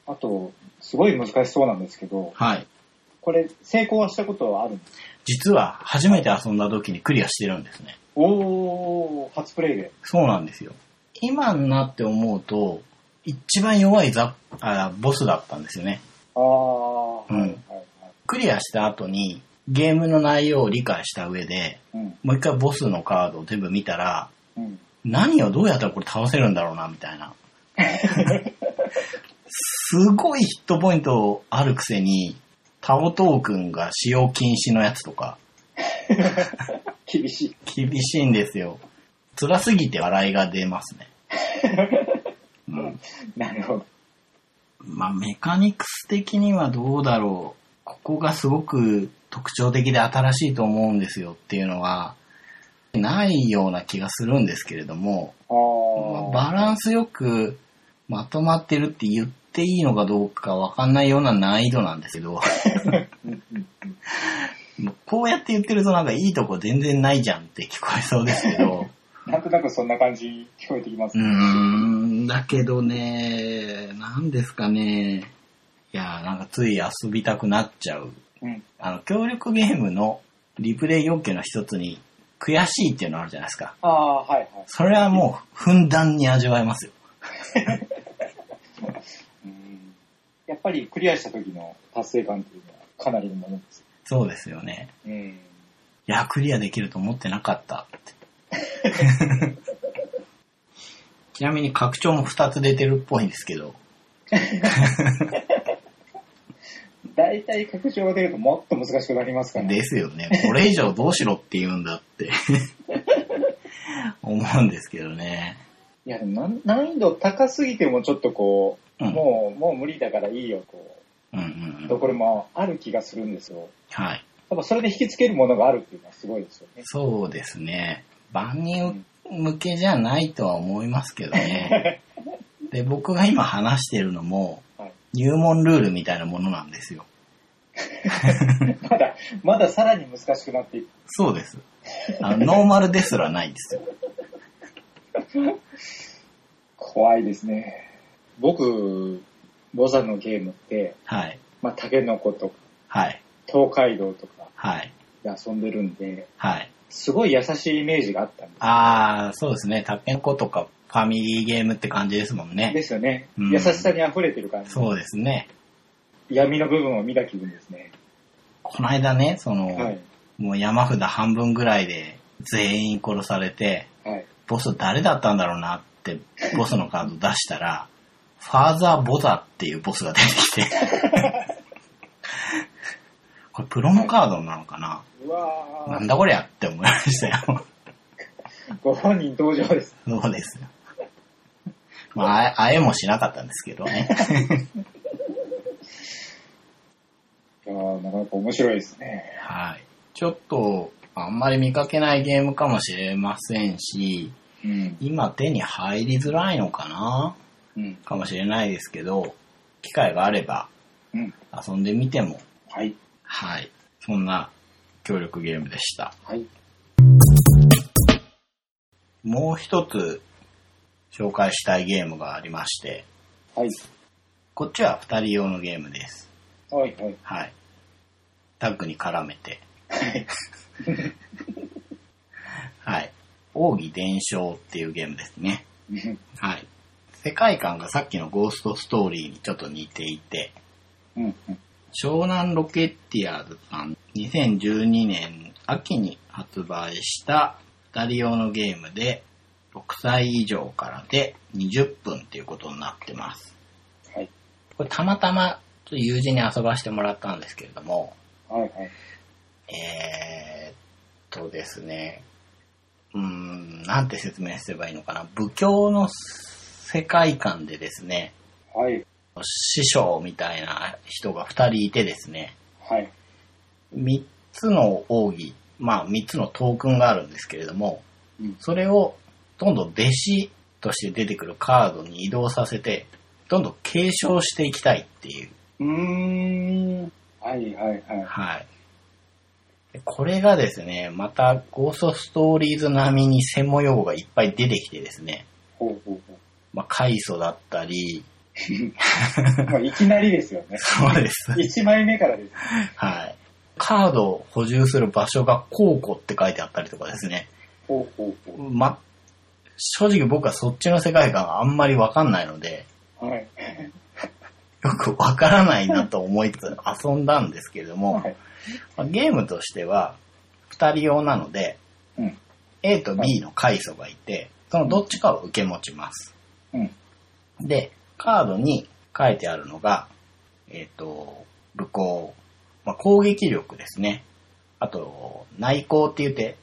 S2: あと、すごい難しそうなんですけど、
S1: はい。
S2: これ成功はしたことはあるんですか
S1: 実は初めて遊んだ時にクリアしてるんですね。
S2: おー、初プレイで。
S1: そうなんですよ。今になって思うと、一番弱いザあボスだったんですよね。
S2: あー、はい
S1: うん
S2: はいはい。
S1: クリアした後にゲームの内容を理解した上で、
S2: うん、
S1: もう一回ボスのカードを全部見たら、
S2: うん。
S1: 何をどうやったらこれ倒せるんだろうな、みたいな。すごいヒットポイントあるくせに、タオトーくんが使用禁止のやつとか、
S2: 厳しい。
S1: 厳しいんですよ。辛すぎて笑いが出ますね。うん、
S2: なるほど。
S1: まあ、メカニクス的にはどうだろう。ここがすごく特徴的で新しいと思うんですよっていうのは、ないような気がするんですけれども、
S2: あー
S1: バランスよくまとまってるって言っていいのかどうかわかんないような難易度なんですけど、もうこうやって言ってるとなんかいいとこ全然ないじゃんって聞こえそうですけど、
S2: なんとなくそんな感じ聞こえてきます
S1: うーん、だけどね、なんですかね。いやーなんかつい遊びたくなっちゃう。
S2: うん。
S1: あの、協力ゲームのリプレイ要件の一つに、悔しいっていうのあるじゃないですか。
S2: ああ、はいはい。
S1: それはもう、ふんだんに味わえますよ。
S2: うんやっぱりクリアした時の達成感というのはかなりのものです。
S1: そうですよね。
S2: うん。
S1: いや、クリアできると思ってなかった って。ちなみに拡張も2つ出てるっぽいんですけど、
S2: 大体拡張が出るともっと難しくなりますからね。
S1: ですよね。これ以上どうしろって言うんだって、 思うんですけどね。
S2: いや、でも難難易度高すぎてもちょっとこう、
S1: うん。
S2: もう、もう無理だからいいよ、こ
S1: うんう
S2: う、
S1: んう
S2: と
S1: ん。
S2: ころもある気がするんですよ。
S1: はい。
S2: やっぱそれで引きつけるものがあるっていうのはすごいです よね。
S1: そうですね。万人向けじゃないとは思いますけど ね。で、僕が今話してるのも
S2: はい、
S1: 入門ルールみたいなものなんですよ。
S2: まだ、まださらに難しくなっていく。
S1: そうです。あの、ノーマルですらないんですよ。
S2: 怖いですね。僕、ボザのゲームって、
S1: はい。
S2: まあ、タケノコとか、
S1: はい。
S2: 東海道とか
S1: はい。
S2: で遊んでるんで、
S1: はい。
S2: すごい優しいイメージがあったんです。
S1: あー、そうですね。タケノコとかファミリーゲームって感じですもんね
S2: で。すよね。
S1: うん
S2: 優しさに溢れてる感じ。
S1: そうですね。
S2: 闇の部分を見た気分ですね。
S1: この間ね、その、
S2: はい。
S1: もう山札半分ぐらいで全員殺されて、
S2: はい。
S1: ボス誰だったんだろうなって、ボスのカード出したら、ファーザーボザっていうボスが出てき て。これプロのカードなのかな、
S2: うわ
S1: なん
S2: ー
S1: だこりゃって思いましたよ。
S2: ご本人登場です。
S1: そうですよ。まあ、あえあえもしなかったんですけどね。
S2: いやーなかなか面白いですね。
S1: はい。ちょっと、あんまり見かけないゲームかもしれませんし、
S2: うん。
S1: 今手に入りづらいのかな
S2: うん。
S1: かもしれないですけど、機会があれば
S2: うん。
S1: 遊んでみても、
S2: はい。
S1: はい。そんな協力ゲームでした。
S2: はい。
S1: もう一つ紹介したいゲームがありまして、
S2: はい。
S1: こっちは二人用のゲームです。
S2: はい。はい。
S1: はい。タッグに絡めて。
S2: はい。
S1: はい。奥義伝承っていうゲームですね。
S2: うん
S1: はい。世界観がさっきのゴーストストーリーにちょっと似ていて、
S2: うん。うん
S1: 湘南ロケティアーズさん2012年秋に発売した2人用のゲームで6歳以上からで20分っていうことになってます。
S2: はい。
S1: これたまたまちょっと友人に遊ばしてもらったんですけれども、
S2: はい。はい。
S1: えー、っとですね、うーん、なんて説明すればいいのかな。仏教の世界観でですね、
S2: はい。
S1: 師匠みたいな人が2人いてですね、
S2: はい。
S1: 3つの奥義、まあ3つのトークンがあるんですけれども、
S2: うん
S1: それをどんどん弟子として出てくるカードに移動させて、どんどん継承していきたいっていう。
S2: うーん。はい。はい。はい。
S1: はい。でこれがですね、またゴーストストーリーズ並みに専門用語がいっぱい出てきてですね、
S2: ほうほうほう。
S1: まあ、階層だったり、
S2: まあ、いきなりです よね。
S1: そうです。
S2: 1枚目からです。
S1: はい。カードを補充する場所が高庫って書いてあったりとかですね。
S2: ほうほうほ
S1: ま、正直僕はそっちの世界観があんまりわかんないので、
S2: う。はい。
S1: よくわからないなと思いつつ遊んだんですけれども
S2: は、い。
S1: まあゲームとしては2人用なので、
S2: うん。
S1: A と B の階層がいて、そのどっちかを受け持ちます。
S2: うん。
S1: で、カードに書いてあるのが、えっ、と、武功、まあ、攻撃力ですね。あと、内向って言って、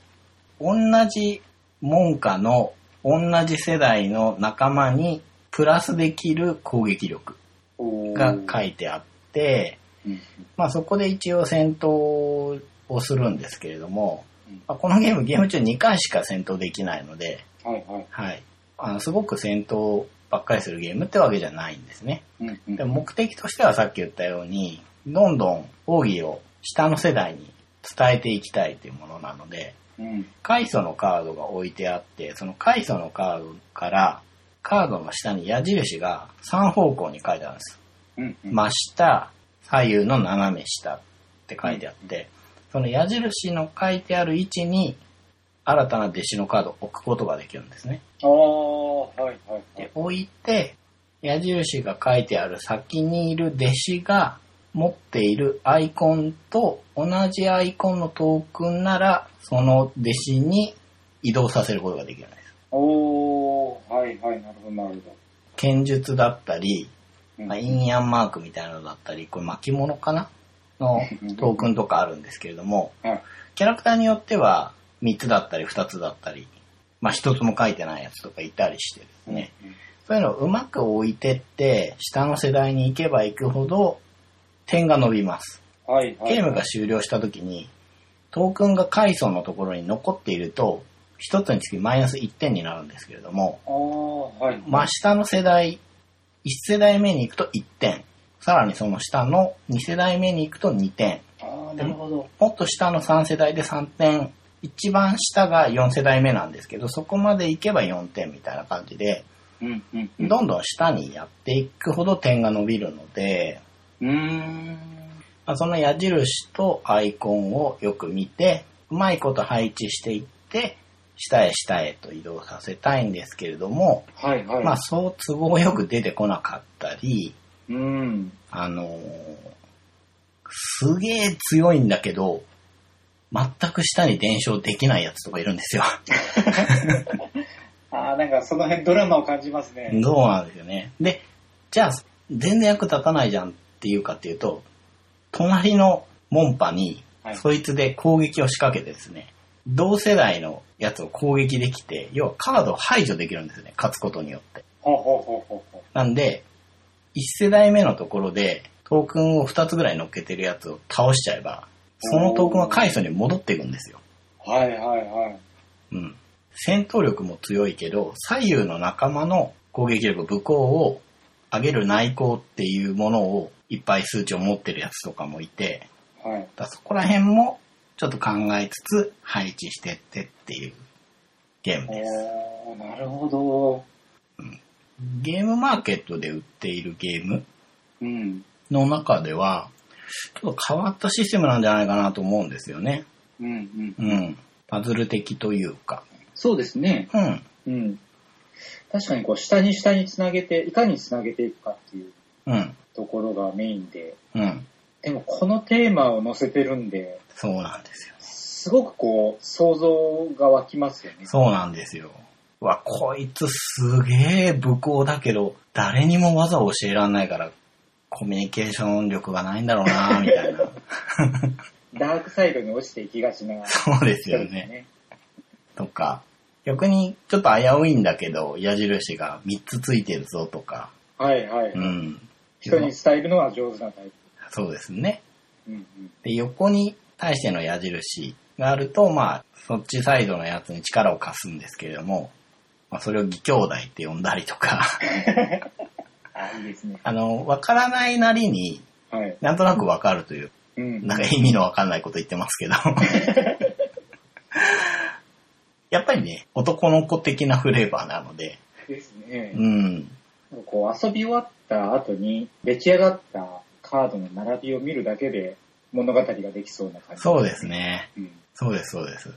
S1: 同じ門下の同じ世代の仲間にプラスできる攻撃力
S2: おー
S1: が書いてあって、
S2: うん
S1: まあそこで一応戦闘をするんですけれども
S2: うん、
S1: まあ、このゲームゲーム中2回しか戦闘できないので、
S2: はいはい。
S1: はい。あの、すごく戦闘ばっかりするゲームってわけじゃないんですね。
S2: うんうん
S1: でも目的としてはさっき言ったように、どんどん奥義を下の世代に伝えていきたいというものなので、
S2: うん
S1: 階層のカードが置いてあって、その階層のカードから、カードの下に矢印が3方向に書いてあるんです。
S2: うんうん。
S1: 真下、左右の斜め下って書いてあって、その矢印の書いてある位置に、新たな弟子のカードを置くことができるんですね。
S2: ああ、はいはいは
S1: で
S2: い。、
S1: 置いて、矢印が書いてある先にいる弟子が持っているアイコンと同じアイコンのトークンなら、その弟子に移動させることができるんです。
S2: おー、はいはい、なるほどなるほ
S1: 剣術だったり、
S2: ど。
S1: まあ、インヤンマークみたいなのだったり、これ巻物かなのトークンとかあるんですけれども、
S2: はい。
S1: キャラクターによっては3つだったり2つだったり、まあ1つも書いてないやつとかいたりしてですね、そういうのをうまく置いてって、下の世代に行けば行くほど点が伸びます。
S2: はいはい。
S1: ゲームが終了した時に、トークンが階層のところに残っていると、1つにつきマイナス1点になるんですけれども、
S2: ああ、はい。
S1: 真下の世代、1世代目に行くと1点、さらにその下の2世代目に行くと2点、
S2: ああ、なるほど。
S1: もっと下の3世代で3点、一番下が4世代目なんですけど、そこまで行けば4点みたいな感じで、
S2: うんうんうん。
S1: どんどん下にやっていくほど点が伸びるので、
S2: うーん。
S1: まあその矢印とアイコンをよく見て、うまいこと配置していって、下へ下へと移動させたいんですけれども、
S2: はいはい。
S1: まあそう都合よく出てこなかったり、
S2: うん。
S1: あのーすげえ強いんだけど、全く下に伝承できないやつとかいるんですよ。
S2: ああ、なんかその辺ドラマを感じますね。
S1: そうなんですよね。で、じゃあ、全然役立たないじゃんっていうかっていうと、隣の門派に
S2: はい、
S1: そいつで攻撃を仕掛けてですね、同世代のやつを攻撃できて、要はカードを排除できるんですよね、勝つことによって。
S2: ほうほうほうほうほ
S1: なんで、1世代目のところで、トークンを2つぐらい乗っけてるやつを倒しちゃえば、そのトークンは階層に戻っていくんですよ。
S2: う。はいはいはい。
S1: うん。戦闘力も強いけど、左右の仲間の攻撃力、武功を上げる内功っていうものをいっぱい数値を持ってるやつとかもいて、
S2: は
S1: だ
S2: い。
S1: からそこら辺もちょっと考えつつ配置してってっていうゲームです。
S2: おー、なるほど。
S1: ゲームマーケットで売っているゲーム
S2: うん。
S1: の中では、ちょっと変わったシステムなんじゃないかなと思うんですよね。
S2: うんうん。
S1: うん。パズル的というか。
S2: そうですね。
S1: うん。
S2: うん。確かにこう、下に下につなげて、いかにつなげていくかっていう
S1: うん。
S2: ところがメインで、
S1: うん。
S2: でもこのテーマを載せてるんで、
S1: そうなんですよ。
S2: すごくこう、想像が湧きますよね。
S1: そうなんですよ。うわ、こいつすげえ武功だけど、誰にも技を教えらんないから、コミュニケーション力がないんだろうな、みたいな。
S2: ダークサイドに落ちていきがちな。
S1: そうです
S2: 人
S1: よ
S2: です
S1: ね。。とか、逆にちょっと危ういんだけど、矢印が3つついてるぞとか、
S2: はいはい。
S1: うん。
S2: 人に伝えるのは上手なタイプ。
S1: そうですね。
S2: うん
S1: で、横に対しての矢印があると、まあ、そっちサイドのやつに力を貸すんですけれども、まあ、それを義兄弟って呼んだりとか、
S2: あ、いいですね。
S1: あの、わからないなりに、
S2: はい。
S1: なんとなくわかるという、
S2: うん。
S1: なんか意味のわかんないこと言ってますけど。 やっぱりね、男の子的なフレーバーなので、
S2: ですね
S1: う。ん、
S2: こう、遊び終わった後に出来上がったカードの並びを見るだけで物語ができそうな感じ。
S1: そうですね。
S2: うん。
S1: そうです、そうです。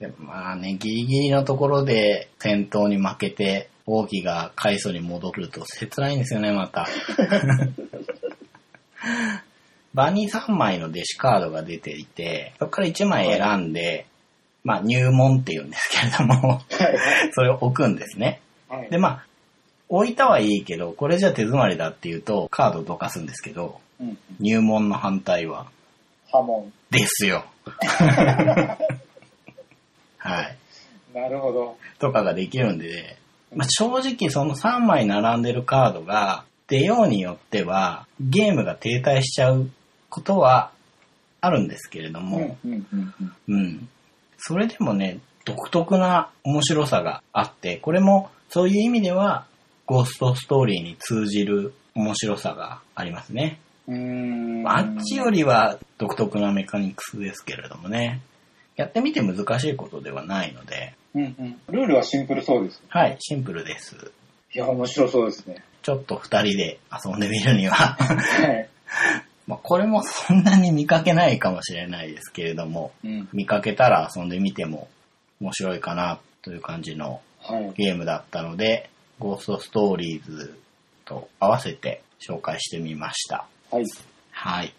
S1: でもまあね、ギリギリのところで戦闘に負けて、王毅が海藻に戻ると切ないんですよね、また。場に3枚の弟子カードが出ていて、そこから1枚選んで、まあ入門って言うんですけれども、
S2: はいは い
S1: それを置くんですね。
S2: はい。
S1: で、まあ、置いたはいいけど、これじゃ手詰まりだっていうと、カードどかすんですけど、
S2: うんうん。
S1: 入門の反対は、
S2: 波紋。
S1: ですよ。 はい。
S2: なるほど。
S1: とかができるんで、まあ、正直その3枚並んでるカードが出ようによっては、ゲームが停滞しちゃうことはあるんですけれども、
S2: うんうんうんうん。
S1: うん。それでもね、独特な面白さがあって、これもそういう意味では、ゴーストストーリーに通じる面白さがありますね。
S2: うーん
S1: あっちよりは独特なメカニクスですけれどもね。やってみて難しいことではないので、
S2: うんうん。ルールはシンプルそうです。
S1: はい、シンプルです。
S2: いや、面白そうですね。
S1: ちょっと二人で遊んでみるには、
S2: はい。
S1: まあこれもそんなに見かけないかもしれないですけれども、
S2: うん。
S1: 見かけたら遊んでみても面白いかなという感じの
S2: はい。
S1: ゲームだったので、ゴーストストーリーズと合わせて紹介してみました。
S2: はい。
S1: はい。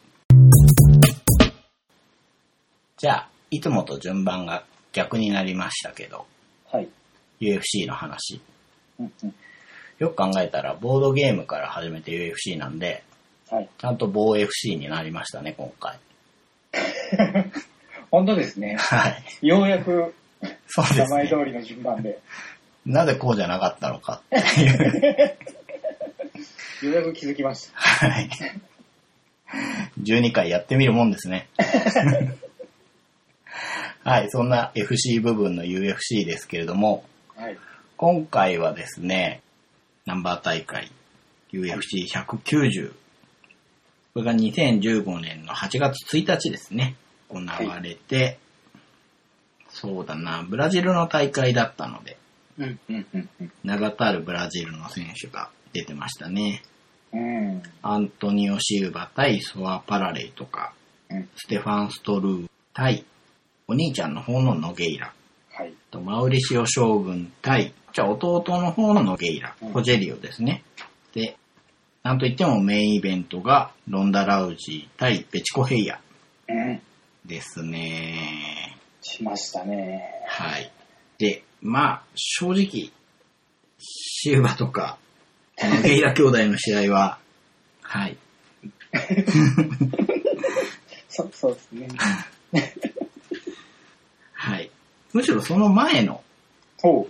S1: じゃあ、いつもと順番が逆になりましたけど、
S2: はい。
S1: UFC の話。
S2: うんうん。
S1: よく考えたら、ボードゲームから始めて UFC なんで、
S2: はい。
S1: ちゃんと棒 FC になりましたね、今回。
S2: 本当ですね。
S1: はい。
S2: ようやく
S1: そうで
S2: 名
S1: す
S2: 前通
S1: ね。
S2: りの順番で、
S1: なぜこうじゃなかったのかって。
S2: ようやく気づきまし
S1: はい。12回やってみるもんですね。はい、そんな FC 部分の UFC ですけれども、
S2: た。はい。
S1: 今回はですね、ナンバー大会 UFC190。これが2015年の8月1日ですね。行われて、そうだな、ブラジルの大会だったので、
S2: うんうんうんうん。
S1: 名だたるブラジルの選手が出てましたね。
S2: うん。
S1: アントニオ・シウバ対ソア・パラレイとか、
S2: うん
S1: ステファン・ストルー対お兄ちゃんの方のノゲイラ
S2: はい。
S1: とマウリシオ将軍対、じゃあ弟の方のノゲイラ、
S2: うん
S1: ホジェリオですね。で、なんといってもメインイベントがロンダ・ラウジー対ベチコヘイヤ
S2: うん。
S1: ですね。
S2: しましたね。
S1: はい。で、まあ、正直、シウバとか、ノゲイラ兄弟の試合は、はい、
S2: そう、そうですね。
S1: はい。むしろその前の
S2: ほう。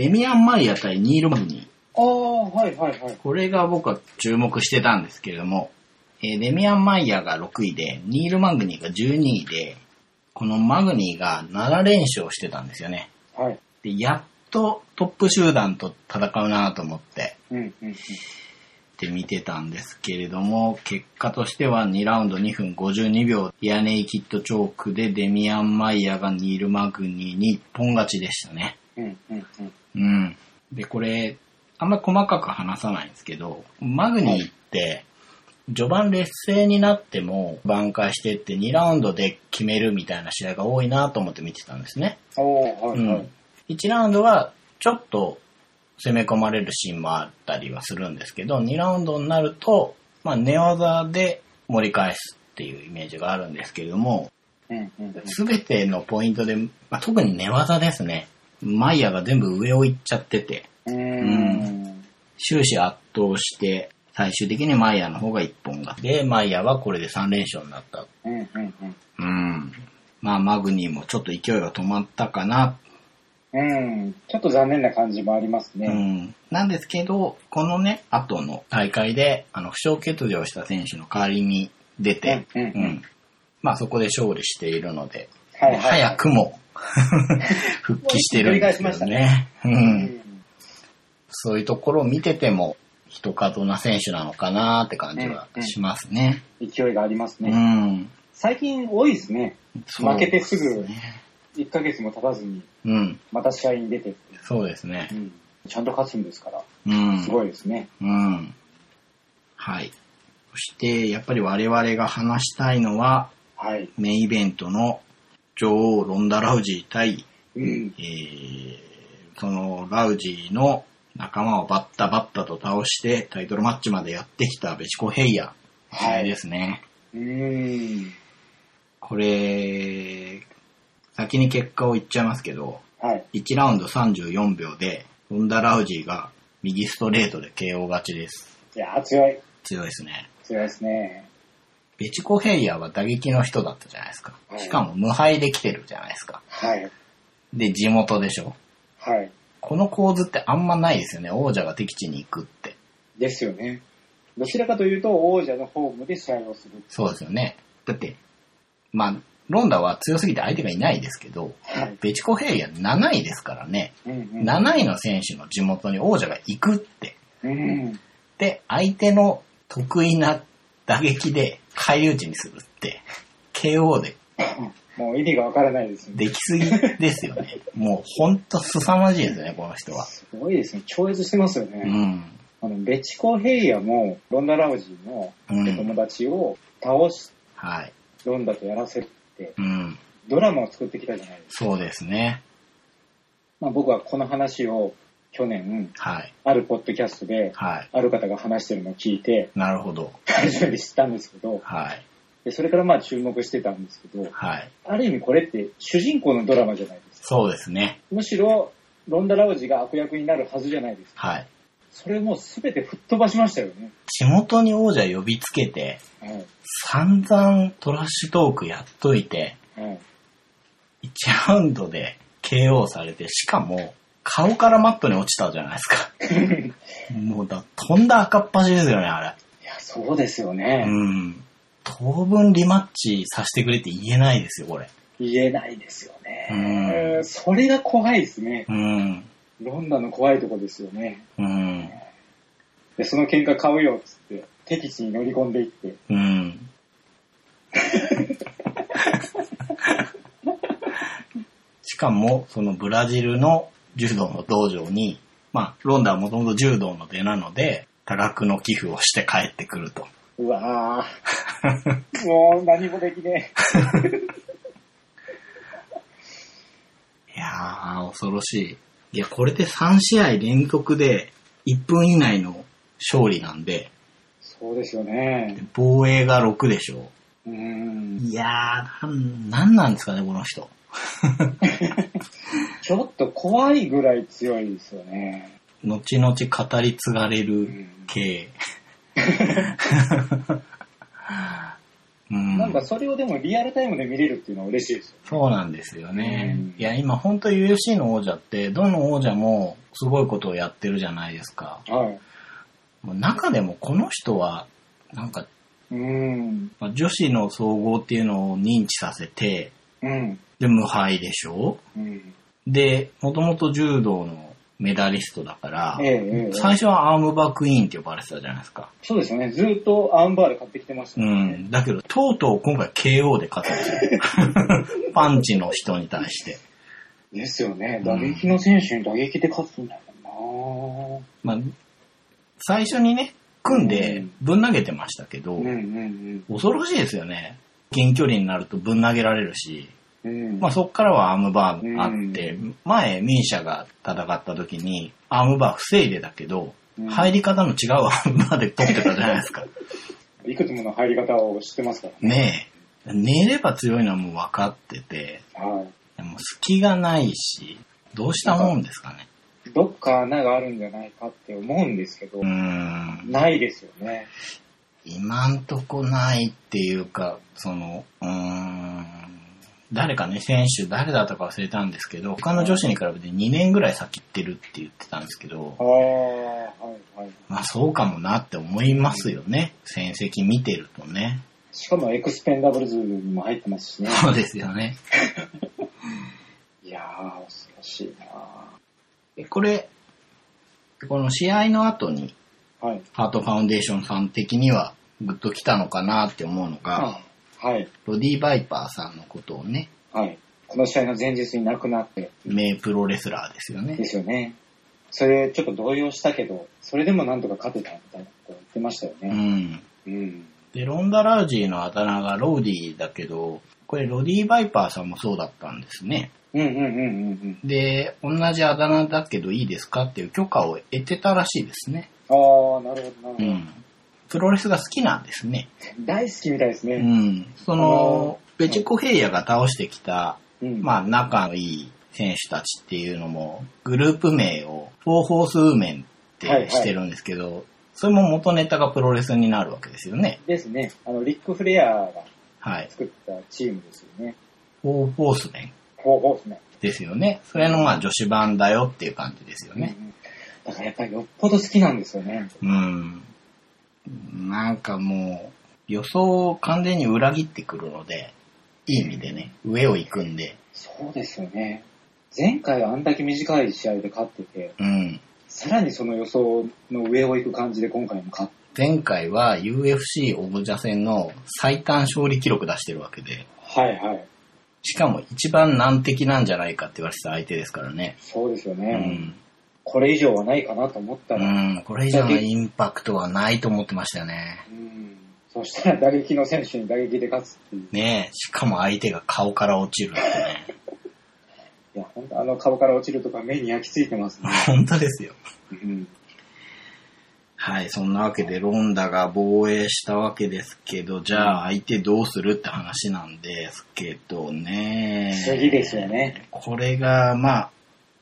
S1: デミアン・マイヤ対ニール・マグニー。
S2: ああ、はいはいはい。
S1: これが僕は注目してたんですけれども、えーデミアン・マイヤが6位で、ニール・マグニーが12位で、このマグニーが7連勝してたんですよね。
S2: はい。
S1: で、やっとトップ集団と戦うなと思って、
S2: うんうんうん。
S1: って見てたんですけれども、結果としては2ラウンド2分52秒、イアネイキッドチョークでデミアン・マイヤがニール・マグニーに一本勝ちでしたね。
S2: うんうんうん。
S1: うん。で、これ、あんまり細かく話さないんですけど、マグニーって、序盤劣勢になっても挽回してって2ラウンドで決めるみたいな試合が多いなと思って見てたんですね。
S2: おー、は
S1: う
S2: いはい。
S1: ん。1ラウンドはちょっと攻め込まれるシーンもあったりはするんですけど、2ラウンドになると、まあ寝技で盛り返すっていうイメージがあるんですけれども、
S2: うんうんうん。
S1: すべてのポイントで、まあ、特に寝技ですね。マイヤーが全部上を行っちゃってて、
S2: うーん。
S1: 終始圧倒して、最終的にマイヤーの方が一本勝ちで、マイヤーはこれで3連勝になった。
S2: うんうんうん。
S1: うん。まあ、マグニーもちょっと勢いが止まったかな。
S2: うん、ちょっと残念な感じもあります
S1: う
S2: ね。
S1: ん。なんですけど、このね、後の大会で、あの、負傷欠場した選手の代わりに出て、
S2: うんうんうん
S1: まあ、そこで勝利しているので、
S2: はいはい。
S1: 早く も復帰してるんですよね。う。
S2: うんん。
S1: そういうところを見てても、人数な選手なのかなって感じはしますね。
S2: 勢いがあります
S1: う
S2: ね。
S1: ん。
S2: 最近多いですね。
S1: そう
S2: 負けてすぐ
S1: ね
S2: 1ヶ月も経たずに、
S1: うん。
S2: また試合に出て、
S1: そうですね
S2: う。ん、ちゃんと勝つんですから、
S1: うん。
S2: すごいですね。
S1: うん。はい。そして、やっぱり我々が話したいのは、
S2: はい。
S1: メインイベントの女王ロンダ・ラウジー対、
S2: うん。
S1: えー、そのラウジーの仲間をバッタバッタと倒してタイトルマッチまでやってきたベチコヘイヤ。
S2: はい
S1: ですね。
S2: うん。
S1: これ、先に結果を言っちゃいますけど、
S2: はい。
S1: 1ラウンド34秒で、ロンダ・ラウジーが右ストレートで KO 勝ちです。
S2: いやー、強い。
S1: 強いですね。
S2: 強いですね。
S1: ベチコヘイヤは打撃の人だったじゃないですか。
S2: はい
S1: しかも無敗できてるじゃないですか。
S2: はい。
S1: で、地元でしょ。
S2: はい。
S1: この構図ってあんまないですよね。王者が敵地に行くって。
S2: ですよね。どちらかというと、王者のホームで試合をする。
S1: そうですよね。だって、まあ、ロンダは強すぎて相手がいないですけど、
S2: はい。
S1: ベチコヘイヤ7位ですからね。
S2: うんうん。
S1: 7位の選手の地元に王者が行くって。
S2: うん。
S1: で、相手の得意な打撃で返り討ちにするって、KO で
S2: もう意味がわからないですね。
S1: できすぎですよね。もうほんと凄まじいですよね、この人は。
S2: すごいですね。超越してますよ
S1: う
S2: ね。
S1: ん。
S2: あの、ベチコヘイヤも、ロンダ・ラウジーの
S1: う
S2: 友
S1: ん。
S2: 達を倒し、
S1: はい。
S2: ロンダとやらせるって、
S1: うん。
S2: ドラマを作ってきたじゃないですか。
S1: そうですね。
S2: まあ、僕はこの話を去年、
S1: はい。
S2: あるポッドキャストで、
S1: はい。
S2: ある方が話してるのを聞いて、
S1: なるほど。
S2: 初めて知ったんですけど、
S1: はい。
S2: でそれからまあ注目してたんですけど、
S1: はい。
S2: ある意味これって主人公のドラマじゃないですか。
S1: そうですね。
S2: むしろ、ロンダ・ラウジが悪役になるはずじゃないですか。
S1: はい。
S2: それもう全て吹っ飛ばしましたよね。
S1: 地元に王者呼びつけて、
S2: はい。
S1: 散々トラッシュトークやっといて、
S2: は
S1: 1
S2: い。
S1: ラウンドで KO されて、しかも、顔からマットに落ちたじゃないですか。もうだ、飛んだ赤っ端ですよね、あ
S2: いや、そうですよ
S1: れ。
S2: ね。
S1: うん。当分リマッチさせてくれって言えないですよ、これ。
S2: 言えないですよね
S1: う。ん
S2: それが怖いですね。
S1: うん。
S2: ロンダの怖いとこですよね。
S1: うん。
S2: で、その喧嘩買うよっつって、敵地に乗り込んでいって、
S1: うん。 しかも、そのブラジルの柔道の道場に、まあ、ロンダはもともと柔道の出なので、多額の寄付をして帰ってくると。
S2: うわ ぁ、もう何もできね
S1: いやー、恐ろしい。いや、これで3試合連続で1分以内の勝利なんで、
S2: え。そうですよね。
S1: 防衛が6でしょ
S2: う
S1: う。
S2: ーん。
S1: いやー、なんなんなんですかね、この人。
S2: ちょっと怖いぐらい強いですよね。
S1: 後々語り継がれ
S2: う
S1: る
S2: ん
S1: 系。 うん、
S2: なんかそれをでもリアルタイムで見れるっていうのは嬉しいですよ。
S1: そうなんですよね。
S2: うん
S1: いや、今本当 UFC の王者って、どの王者もすごいことをやってるじゃないですか。
S2: はい。
S1: もう中でもこの人は、なんか、
S2: うーん。
S1: まあ女子の総合っていうのを認知させて、
S2: うん。
S1: で、無敗でしょ
S2: うん。
S1: で、もともと柔道のメダリストだから、
S2: ええええええ
S1: 最初はアームバックインって呼ばれてたじゃないですか。
S2: そうですよね。ずっとアームバーで買ってきてました
S1: う
S2: ね。
S1: ん。だけど、とうとう今回 KO で勝ったんです よ。パンチの人に対して。
S2: ですよね。打撃の選手に打撃で勝つんだもん
S1: まあ、最初にね、組ん
S2: う
S1: で
S2: ん
S1: ぶん投げてましたけど、
S2: なうんうん
S1: 恐ろしいですよね。近距離になるとぶん投げられるし、
S2: うん。うん。
S1: まあそっからはアームバーがあって、
S2: う
S1: 前ミーシャが戦った時にアームバー防いでたけど、
S2: うん
S1: 入り方の違うアームバーで取ってたじゃないですか。
S2: いくつもの入り方を知ってますからね。
S1: ねえ。寝れば強いのはもう分かってて、
S2: は
S1: でも隙がないし、どうしたもんですかね。
S2: い。どっか穴があるんじゃないかって思うんですけど
S1: う、ーん。
S2: ないですよね。
S1: 今んとこないっていうか、その、うーん、誰かね、選手、誰だったか忘れたんですけど、他の女子に比べて2年ぐらい先行ってるって言ってたんですけ
S2: ああ、
S1: ど、
S2: はいはい。
S1: まあそうかもなって思いますよね。戦績見てるとね。
S2: しかもエクスペンダブルズにも入ってます しね。
S1: そうですよね。
S2: いやー、恐ろしいな
S1: でこれ、この試合の後に、
S2: ーはい。
S1: ハートファウンデーションさん的には、グッと来たのかなって思うのが、
S2: はい。
S1: ロディ・バイパーさんのことをね、
S2: はい。この試合の前日に亡くなって、
S1: 名プロレスラーですよ
S2: で
S1: ね。
S2: すよね。それ、ちょっと動揺したけど、それでもなんとか勝てたみたいなことを言ってましたよ
S1: う
S2: ね。
S1: ん。
S2: うん。
S1: で、ロンダ・ラウジーのあだ名がローディだけど、これロディ・バイパーさんもそうだったんですね。
S2: うんうんうんうん
S1: で、同じあだ名だけどいいですかっていう許可を得てたらしいですね。
S2: うん。ああ、なるほどなるほ
S1: う
S2: ど。
S1: ん。プロレスが好きなんですね。
S2: 大好きみたいです
S1: う
S2: ね。
S1: ん。その、ベチェコヘイヤが倒してきた、
S2: うん。
S1: まあ仲のいい選手たちっていうのも、グループ名をフォーホースウーメンってしてるんですけど、それも元ネタがプロレスになるわけですよね。
S2: ですね。あの、リック・フレアが
S1: はい。
S2: 作ったチームですよね。
S1: フォーホースメン
S2: ほうほうですね。
S1: ですよね。それのまあ女子版だよっていう感じですよね。
S2: うんうん。だからやっぱりよっぽど好きなんですよね。
S1: うん。なんかもう、予想を完全に裏切ってくるので、いい意味でね、上を行くんで、
S2: そうですよね。前回はあんだけ短い試合で勝ってて、
S1: うん。
S2: さらにその予想の上を行く感じで今回も勝っ
S1: 前回は UFC 王者戦の最短勝利記録出してるわけで、
S2: た。はいはい。
S1: しかも一番難敵なんじゃないかって言われてた相手ですからね。
S2: そうですよ
S1: う
S2: ね。
S1: ん。
S2: これ以上はないかなと思った
S1: う
S2: ら、
S1: ん、これ以上のインパクトはないと思ってましたよね。
S2: うんそしたら打撃の選手に打撃で勝つっていう。
S1: ねえ、しかも相手が顔から落ちるってね。
S2: いや、本当あの顔から落ちるとか目に焼き付いてますね。
S1: 本当ですよ。
S2: うん
S1: はい、そんなわけでロンダが防衛したわけですけど、じゃあ相手どうするって話なんですけどね。
S2: 次ですよね。
S1: これが、まあ、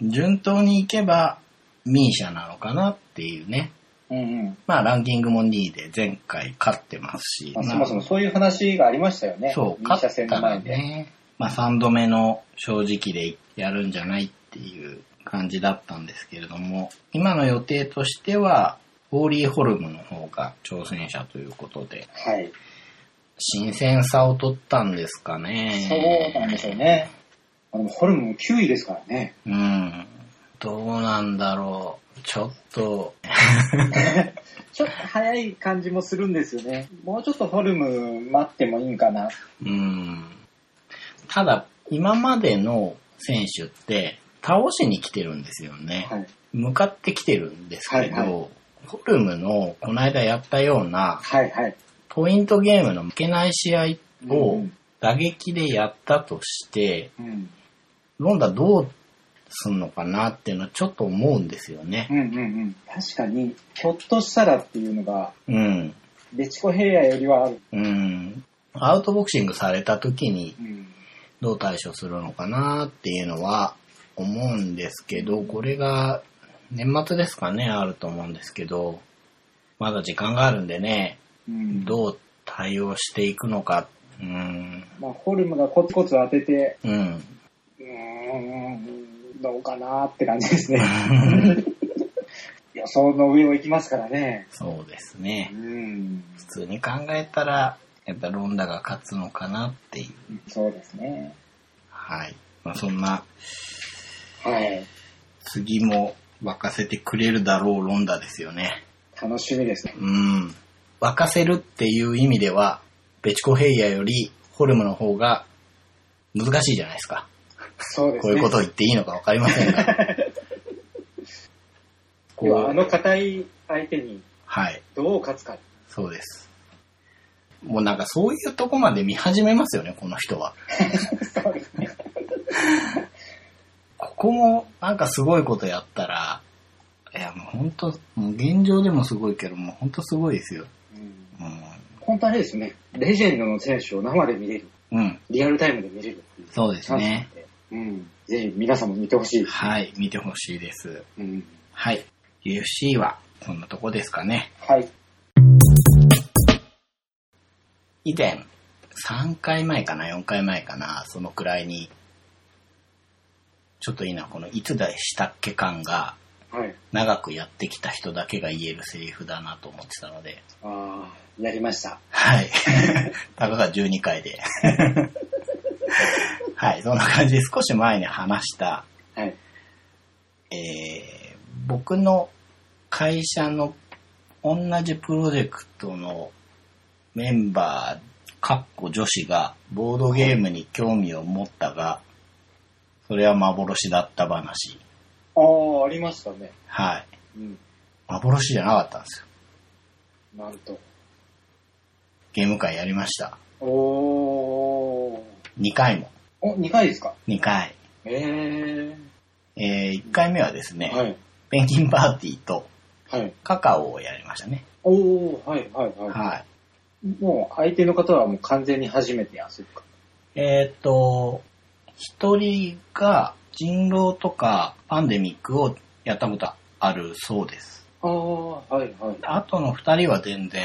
S1: 順当にいけば、ミーシャなのかなっていうね。
S2: うんうん。
S1: まあ、ランキングも2位で前回勝ってますし。
S2: まあ、
S1: まあ
S2: そもそもそういう話がありましたよね。
S1: そう、
S2: ミーシ
S1: 勝
S2: ャ戦
S1: った
S2: の
S1: ら
S2: 前で。
S1: ね。まあ、3度目の正直でやるんじゃないっていう感じだったんですけれども、今の予定としては、ホーリーホルムの方が挑戦者ということで、
S2: はい。
S1: 新鮮さを取ったんですかね。
S2: そうなんでしょうね。あの、ホルムも9位ですからね。
S1: うん。どうなんだろう。ちょっと、
S2: ちょっと早い感じもするんですよね。もうちょっとホルム待ってもいいんかな。
S1: うん。ただ、今までの選手って、倒しに来てるんですよね。
S2: はい。
S1: 向かってきてるんですけど、
S2: はいは
S1: ホルムのこの間やったような
S2: はいはい。
S1: ポイントゲームの負けない試合
S2: う
S1: を
S2: ん
S1: 打撃でやったとして、
S2: うん。
S1: ロンダどうすんのかなっていうのはちょっと思うんですよね
S2: う。んうんうん。確かに、ひょっとしたらっていうのが、
S1: うん。
S2: デチコ平野よりはある。
S1: うん。アウトボクシングされた時に
S2: うん。
S1: どう対処するのかなっていうのは思うんですけど、これが年末ですかね、あると思うんですけど、まだ時間があるんでね、
S2: うん
S1: どう対応していくのか。うん。
S2: まあ、ホルムがコツコツ当てて、
S1: うん。
S2: うーん、どうかなって感じで すね。予想の上を行きますからね。
S1: そうです
S2: う
S1: ね。
S2: ん。
S1: 普通に考えたら、やっぱロンダが勝つのかなっていう。
S2: そうですね。
S1: はい。まあそんな、
S2: はい。
S1: 次も沸かせてくれるだろうロンダですよね。
S2: 楽しみですね。
S1: うん。沸かせるっていう意味では、ベチコヘイヤよりホルムの方が難しいじゃないですか。
S2: そうです
S1: こ
S2: ね。
S1: ういうことを言っていいのかわかりません が。こ
S2: ではあ
S1: う
S2: の硬い相手に
S1: はい。
S2: どう勝つか。
S1: そうです。もうなんかそういうとこまで見始めますよね、この人は。
S2: そうですね。
S1: ここもなんかすごいことやったら、いやもう本当、もう現状でもすごいけど、もう本当すごいですよ。
S2: うん
S1: う
S2: 本当あれですよね。レジェンドの選手を生で見れる。
S1: ん。うん。
S2: リアルタイムで見れるっていう
S1: そうで
S2: チ
S1: す
S2: ャンスなん
S1: ね。
S2: で。うん。ぜひ皆さんも見てほしい。
S1: はい。見てほしいです。
S2: うん。
S1: はい。UFC はこんなとこですかね。
S2: はい。
S1: 以前、3回前かな、4回前かな、そのくらいに、ちょっといいな、このいつだしたっけ感が、
S2: はい。
S1: 長くやってきた人だけが言えるセリフだなと思ってたので、
S2: ああ、やりました。
S1: はい。 たかが12回で。 はい、そんな感じで少し前に話した、
S2: はい。
S1: えー僕の会社の同じプロジェクトのメンバー、かっこ女子がボードゲームに興味を持ったが、それは幻だった話。
S2: ああ、ありましたね。
S1: はい。
S2: うん。
S1: 幻じゃなかったんですよ。
S2: なんと。
S1: ゲーム会やりました。
S2: おー。
S1: 2回も。
S2: お、2回ですか
S1: 2回。
S2: ええ
S1: え1回目はですね、
S2: はい。
S1: ペンギンパーティーと
S2: はい。
S1: カカオをやりましたね。
S2: おー、はい、はい、はい。
S1: はい。
S2: もう相手の方はもう完全に初めて遊ぶか。
S1: えーっと、一人が人狼とかパンデミックをやったことあるそうです。
S2: ああ、はいはい。
S1: あとの二人は全然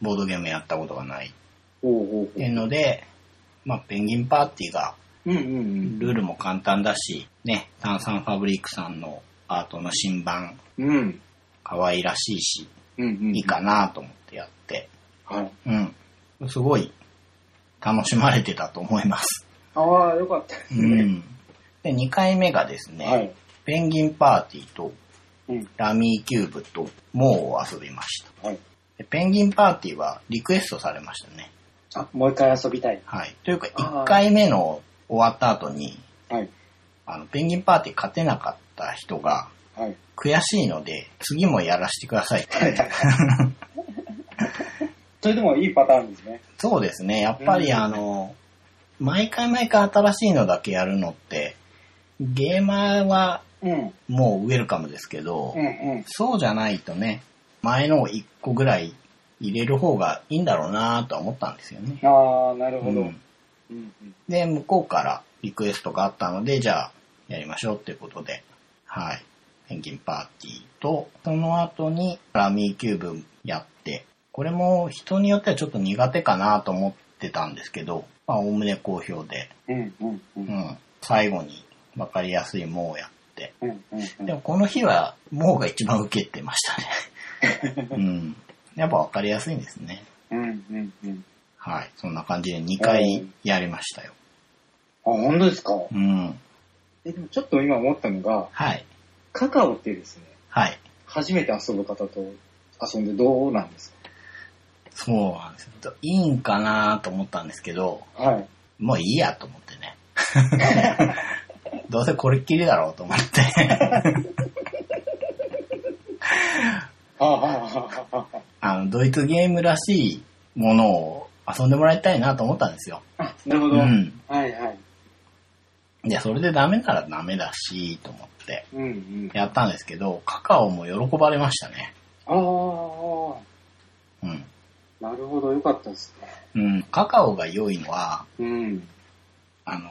S1: ボードゲームやったことがないっ
S2: おうおう
S1: ていうので、まあ、ペンギンパーティーが
S2: うんうんうん。
S1: ルールも簡単だし、ね、炭酸ファブリックさんのアートの新版、
S2: うん。
S1: 可愛らしいし、
S2: うんうん。
S1: いいか。なと思ってやって、
S2: はい。
S1: うん。すごい楽しまれてたと思います。
S2: ああ、よかったです
S1: う
S2: ね。
S1: ん。で、2回目がですね、
S2: はい。
S1: ペンギンパーティーと
S2: うん。
S1: ラミーキューブとモーを遊びました。
S2: はい。
S1: でペンギンパーティーはリクエストされましたね。
S2: あ、もう一回遊びたい。
S1: はい。というか、
S2: あー
S1: 1回目の終わった後に、
S2: はい。
S1: あの、ペンギンパーティー勝てなかった人が、
S2: はい。
S1: 悔しいので、次もやらせてください。
S2: それでもいいパターンですね。
S1: そうですね。やっぱり
S2: うん
S1: あの、毎回毎回新しいのだけやるのって、ゲーマーは
S2: うん。
S1: もうウェルカムですけど、
S2: うんうん。
S1: そうじゃないとね、前のを1個ぐらい入れる方がいいんだろうなとは思ったんですよね。
S2: ああ、なるほど。
S1: う
S2: うんんうん
S1: で、向こうからリクエストがあったので、じゃあ、やりましょうってことで、はい。ペンギンパーティーと、その後にラミーキューブやって、これも人によってはちょっと苦手かなと思ってたんですけど、まあ、おおむね好評で、
S2: うんうん
S1: う
S2: う
S1: んん。最後に分かりやすいもをやって、
S2: うんうん
S1: でもこの日は、もうが一番受けてました ね。うん。やっぱ分かりやすいんですね。
S2: うんうんうん。
S1: はい。そんな感じで2回やりましたよ。
S2: あ、本当ですか
S1: うん。
S2: え、でもちょっと今思ったのが、
S1: はい。
S2: カカオってですね、
S1: はい。
S2: 初めて遊ぶ方と遊んでどうなんです
S1: そうなんですよ。いいんかなと思ったんですけど、
S2: かはい。
S1: もういいやと思って ね。どうせこれっきりだろうと思って、
S2: ああ、ああ、あ
S1: あの、ドイツゲームらしいものを遊んでもらいたいなと思ったんですよ。
S2: ああなるほ
S1: う
S2: ど。
S1: ん。
S2: はいはい。
S1: いや、それでダメならダメだし、と思って
S2: うんうん。
S1: やったんですけど、カカオも喜ばれましたね。
S2: ああ、
S1: うん。
S2: なるほど、よかったですね。
S1: うん。カカオが良いのは、
S2: うん。
S1: あの、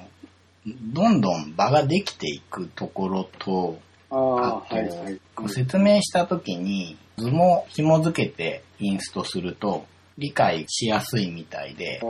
S1: どんどん場ができていくところと、
S2: ああ、
S1: あと、
S2: はいはい。
S1: こう説明した時に図も紐付けてインストすると理解しやすいみたいで
S2: あ、あ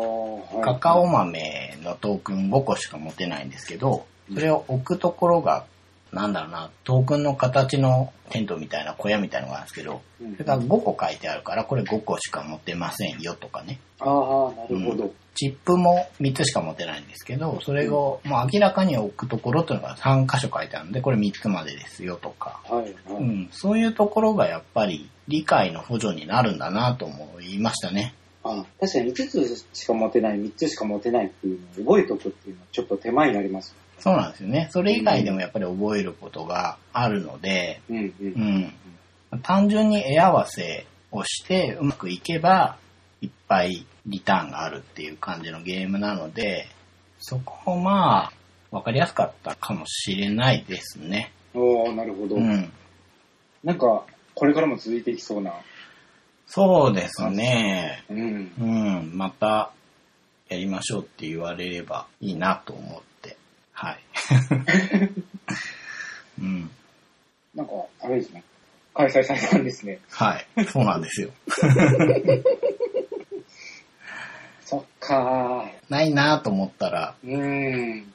S2: はい
S1: カカオ豆のトークン5個しか持てないんですけど、それを置くところが、なんだろうな、トークンの形のテントみたいな小屋みたいなのがあるんですけど、
S2: うん
S1: それが5個書いてあるから、これ5個しか持てませんよとかね。
S2: ああ、なるほど。
S1: チップも3つしか持てないんですけど、それをもう明らかに置くところというのが3箇所書いてあるんで、これ3つまでですよとか。
S2: はいは
S1: う
S2: い。
S1: ん、そういうところがやっぱり理解の補助になるんだなと思いましたね。
S2: あ確かに5つしか持てない、3つしか持てないっていうのを覚えとくっていうのはちょっと手間になります。
S1: そうなんですよね。それ以外でもやっぱり覚えることがあるので、
S2: うんう。
S1: うんん、単純に絵合わせをしてうまくいけばいっぱいリターンがあるっていう感じのゲームなので、そこもまあ、わかりやすかったかもしれないですね。
S2: おおなるほど。
S1: うん。
S2: なんか、これからも続いていきそうな。
S1: そうですね。
S2: うん。
S1: うん、またやりましょうって言われればいいなと思って。はい。うん。
S2: なんか、あれですね。開催されたんですね。
S1: はい。そうなんですよ。
S2: そっか
S1: ないなと思ったら、
S2: ー。うん。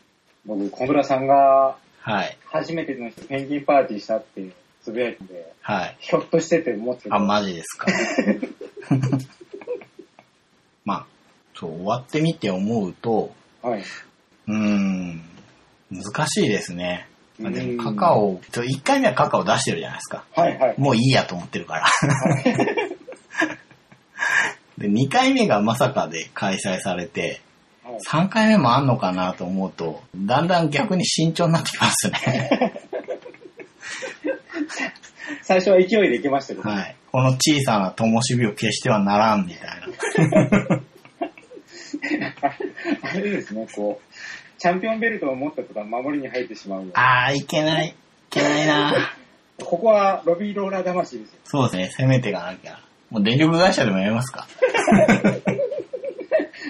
S2: 僕、小村さんが
S1: はい。
S2: 初めてのペンギンパーティーしたってつぶやいてて、
S1: はい。
S2: ひょっとしてて思ってた。
S1: あ、マジです か。まあ、そう、終わってみて思うと、
S2: はい。
S1: うーん、難しいですね。まあでも
S2: う
S1: カ
S2: ん
S1: カオ、1回目はカカオ出してるじゃないですか。
S2: はいはい。
S1: もういいやと思ってるから。 で、2回目がまさかで開催されて、
S2: はい
S1: 3回目もあんのかなと思うと、だんだん逆に慎重になってきます ね。
S2: 最初は勢いでいけましたけど、
S1: はい。この小さな灯火を消してはならんみたいな。
S2: あれですね、こう、チャンピオンベルトを持った途端守りに入ってしまう。
S1: あー、いけない。いけないな
S2: ここはロビーローラー魂ですよ。
S1: そうですね、攻めていかなきゃ。もう電力会社でもやりますか。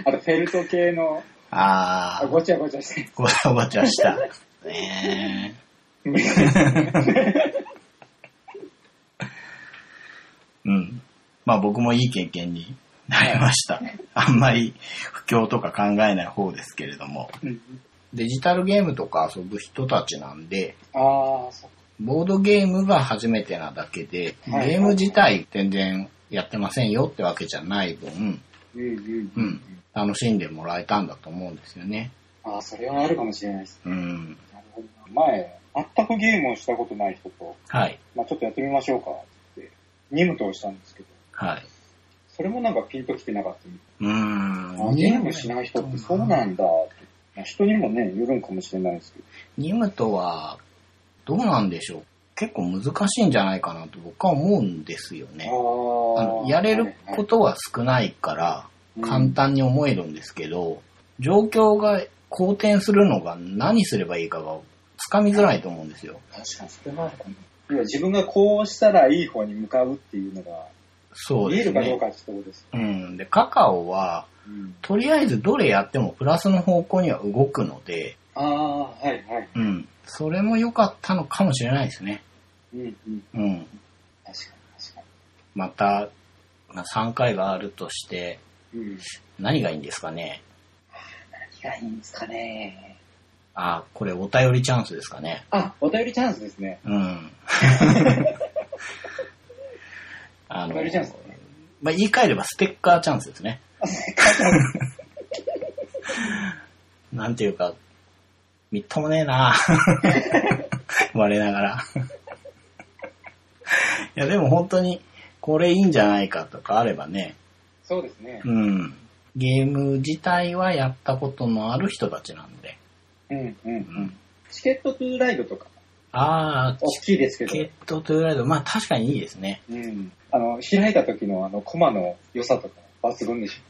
S2: あとフェルト系の、
S1: あ
S2: あ
S1: ー、
S2: ごちゃごち ゃして、
S1: ごちゃごちゃした。ねえ。
S2: 無理です
S1: うん。まあ僕もいい経験になりました。あんまり不況とか考えない方ですけれども。
S2: うん
S1: デジタルゲームとか遊ぶ人たちなんで、
S2: ああ、そっか。
S1: ボードゲームが初めてなだけで、
S2: はい
S1: ゲーム自体全然やってませんよってわけじゃない分、
S2: うんうん
S1: う。ん、楽しんでもらえたんだと思うんですよね。
S2: ああ、それはあるかもしれないです。
S1: うん。
S2: なるほどな。前、全くゲームをしたことない人と、
S1: はい。
S2: まあちょっとやってみましょうかって、ニムトをしたんですけど、
S1: はい。
S2: それもなんかピンときてなかった。
S1: うー
S2: あ
S1: ん。
S2: ゲームしない人ってそうなんだって。まあ人にもね、よるんかもしれないですけど。
S1: ニムとは、どうなんでしょう結構難しいんじゃないかなと僕は思うんですよね。あ
S2: あ
S1: のやれることは少ないから簡単に思えるんですけど、状況が好転するのが何すればいいかがつかみづらいと思うんですよ。
S2: 確かに、それはあるかも。要は自分がこうしたらいい方に向かうっていうのが、
S1: そう
S2: 見
S1: で
S2: え
S1: す
S2: るかどう
S1: ね。
S2: かってところです。
S1: うん。で、カカオは、
S2: うん
S1: とりあえずどれやってもプラスの方向には動くので、
S2: ああ、はいはい。
S1: うん。それも良かったのかもしれないですね。
S2: うんうん。
S1: うん。
S2: 確かに確か
S1: また、まあ、3回があるとして、
S2: に。うん。
S1: 何がいいんですかね。
S2: 何がいいんですかね。
S1: あ、これお便りチャンスですかね。
S2: あ、お便りチャンスですね。
S1: うん。あ
S2: お
S1: の
S2: 便りチャンスだね。
S1: まあ、言い換えればステッカーチャンスです ね。なんていうか、みっともねえ な我ながら。いや、でも本当に、これいいんじゃないかとかあればね、
S2: そうですね。
S1: うん。ゲーム自体はやったことのある人たちなんで。
S2: うんうんう
S1: うんん。
S2: チケットトゥーライドとか、
S1: ああ、
S2: 大きいですけ
S1: チケ
S2: ど、
S1: ットというライド、まあ確かにいいですね。
S2: うん。あの、開いた時のあの、コマの良さとか、抜群でしょ。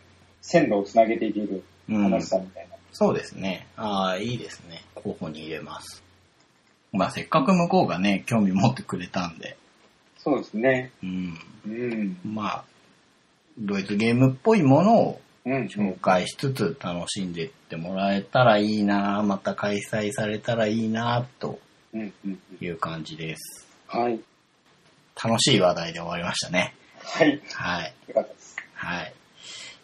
S2: 線路をつなげていける
S1: うん。
S2: 楽しさみたいな。
S1: そうですね。ああ、いいですね。候補に入れます。まあ、せっかく向こうがね、興味持ってくれたんで、
S2: そうですね。
S1: うん。
S2: うん。
S1: まあ、ドイツゲームっぽいものを
S2: うん。
S1: 紹介しつつ楽しんでってもらえたらいいなまた開催されたらいいなと
S2: うん。うん。
S1: いう感じです。
S2: はい。
S1: 楽しい話題で終わりましたね。
S2: はい。
S1: はい。
S2: よかったです。
S1: はい。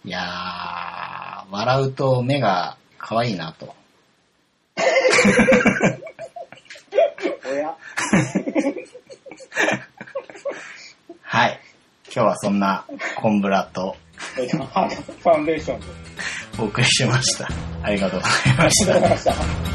S1: いやー、笑うと目が可愛いなと。
S2: おや
S1: はい。今日はそんなコンブラと
S2: えっと、ハートファンデーションで。
S1: お送りしました。ありがとうございまし
S2: ありがとうござ
S1: た
S2: い。ました。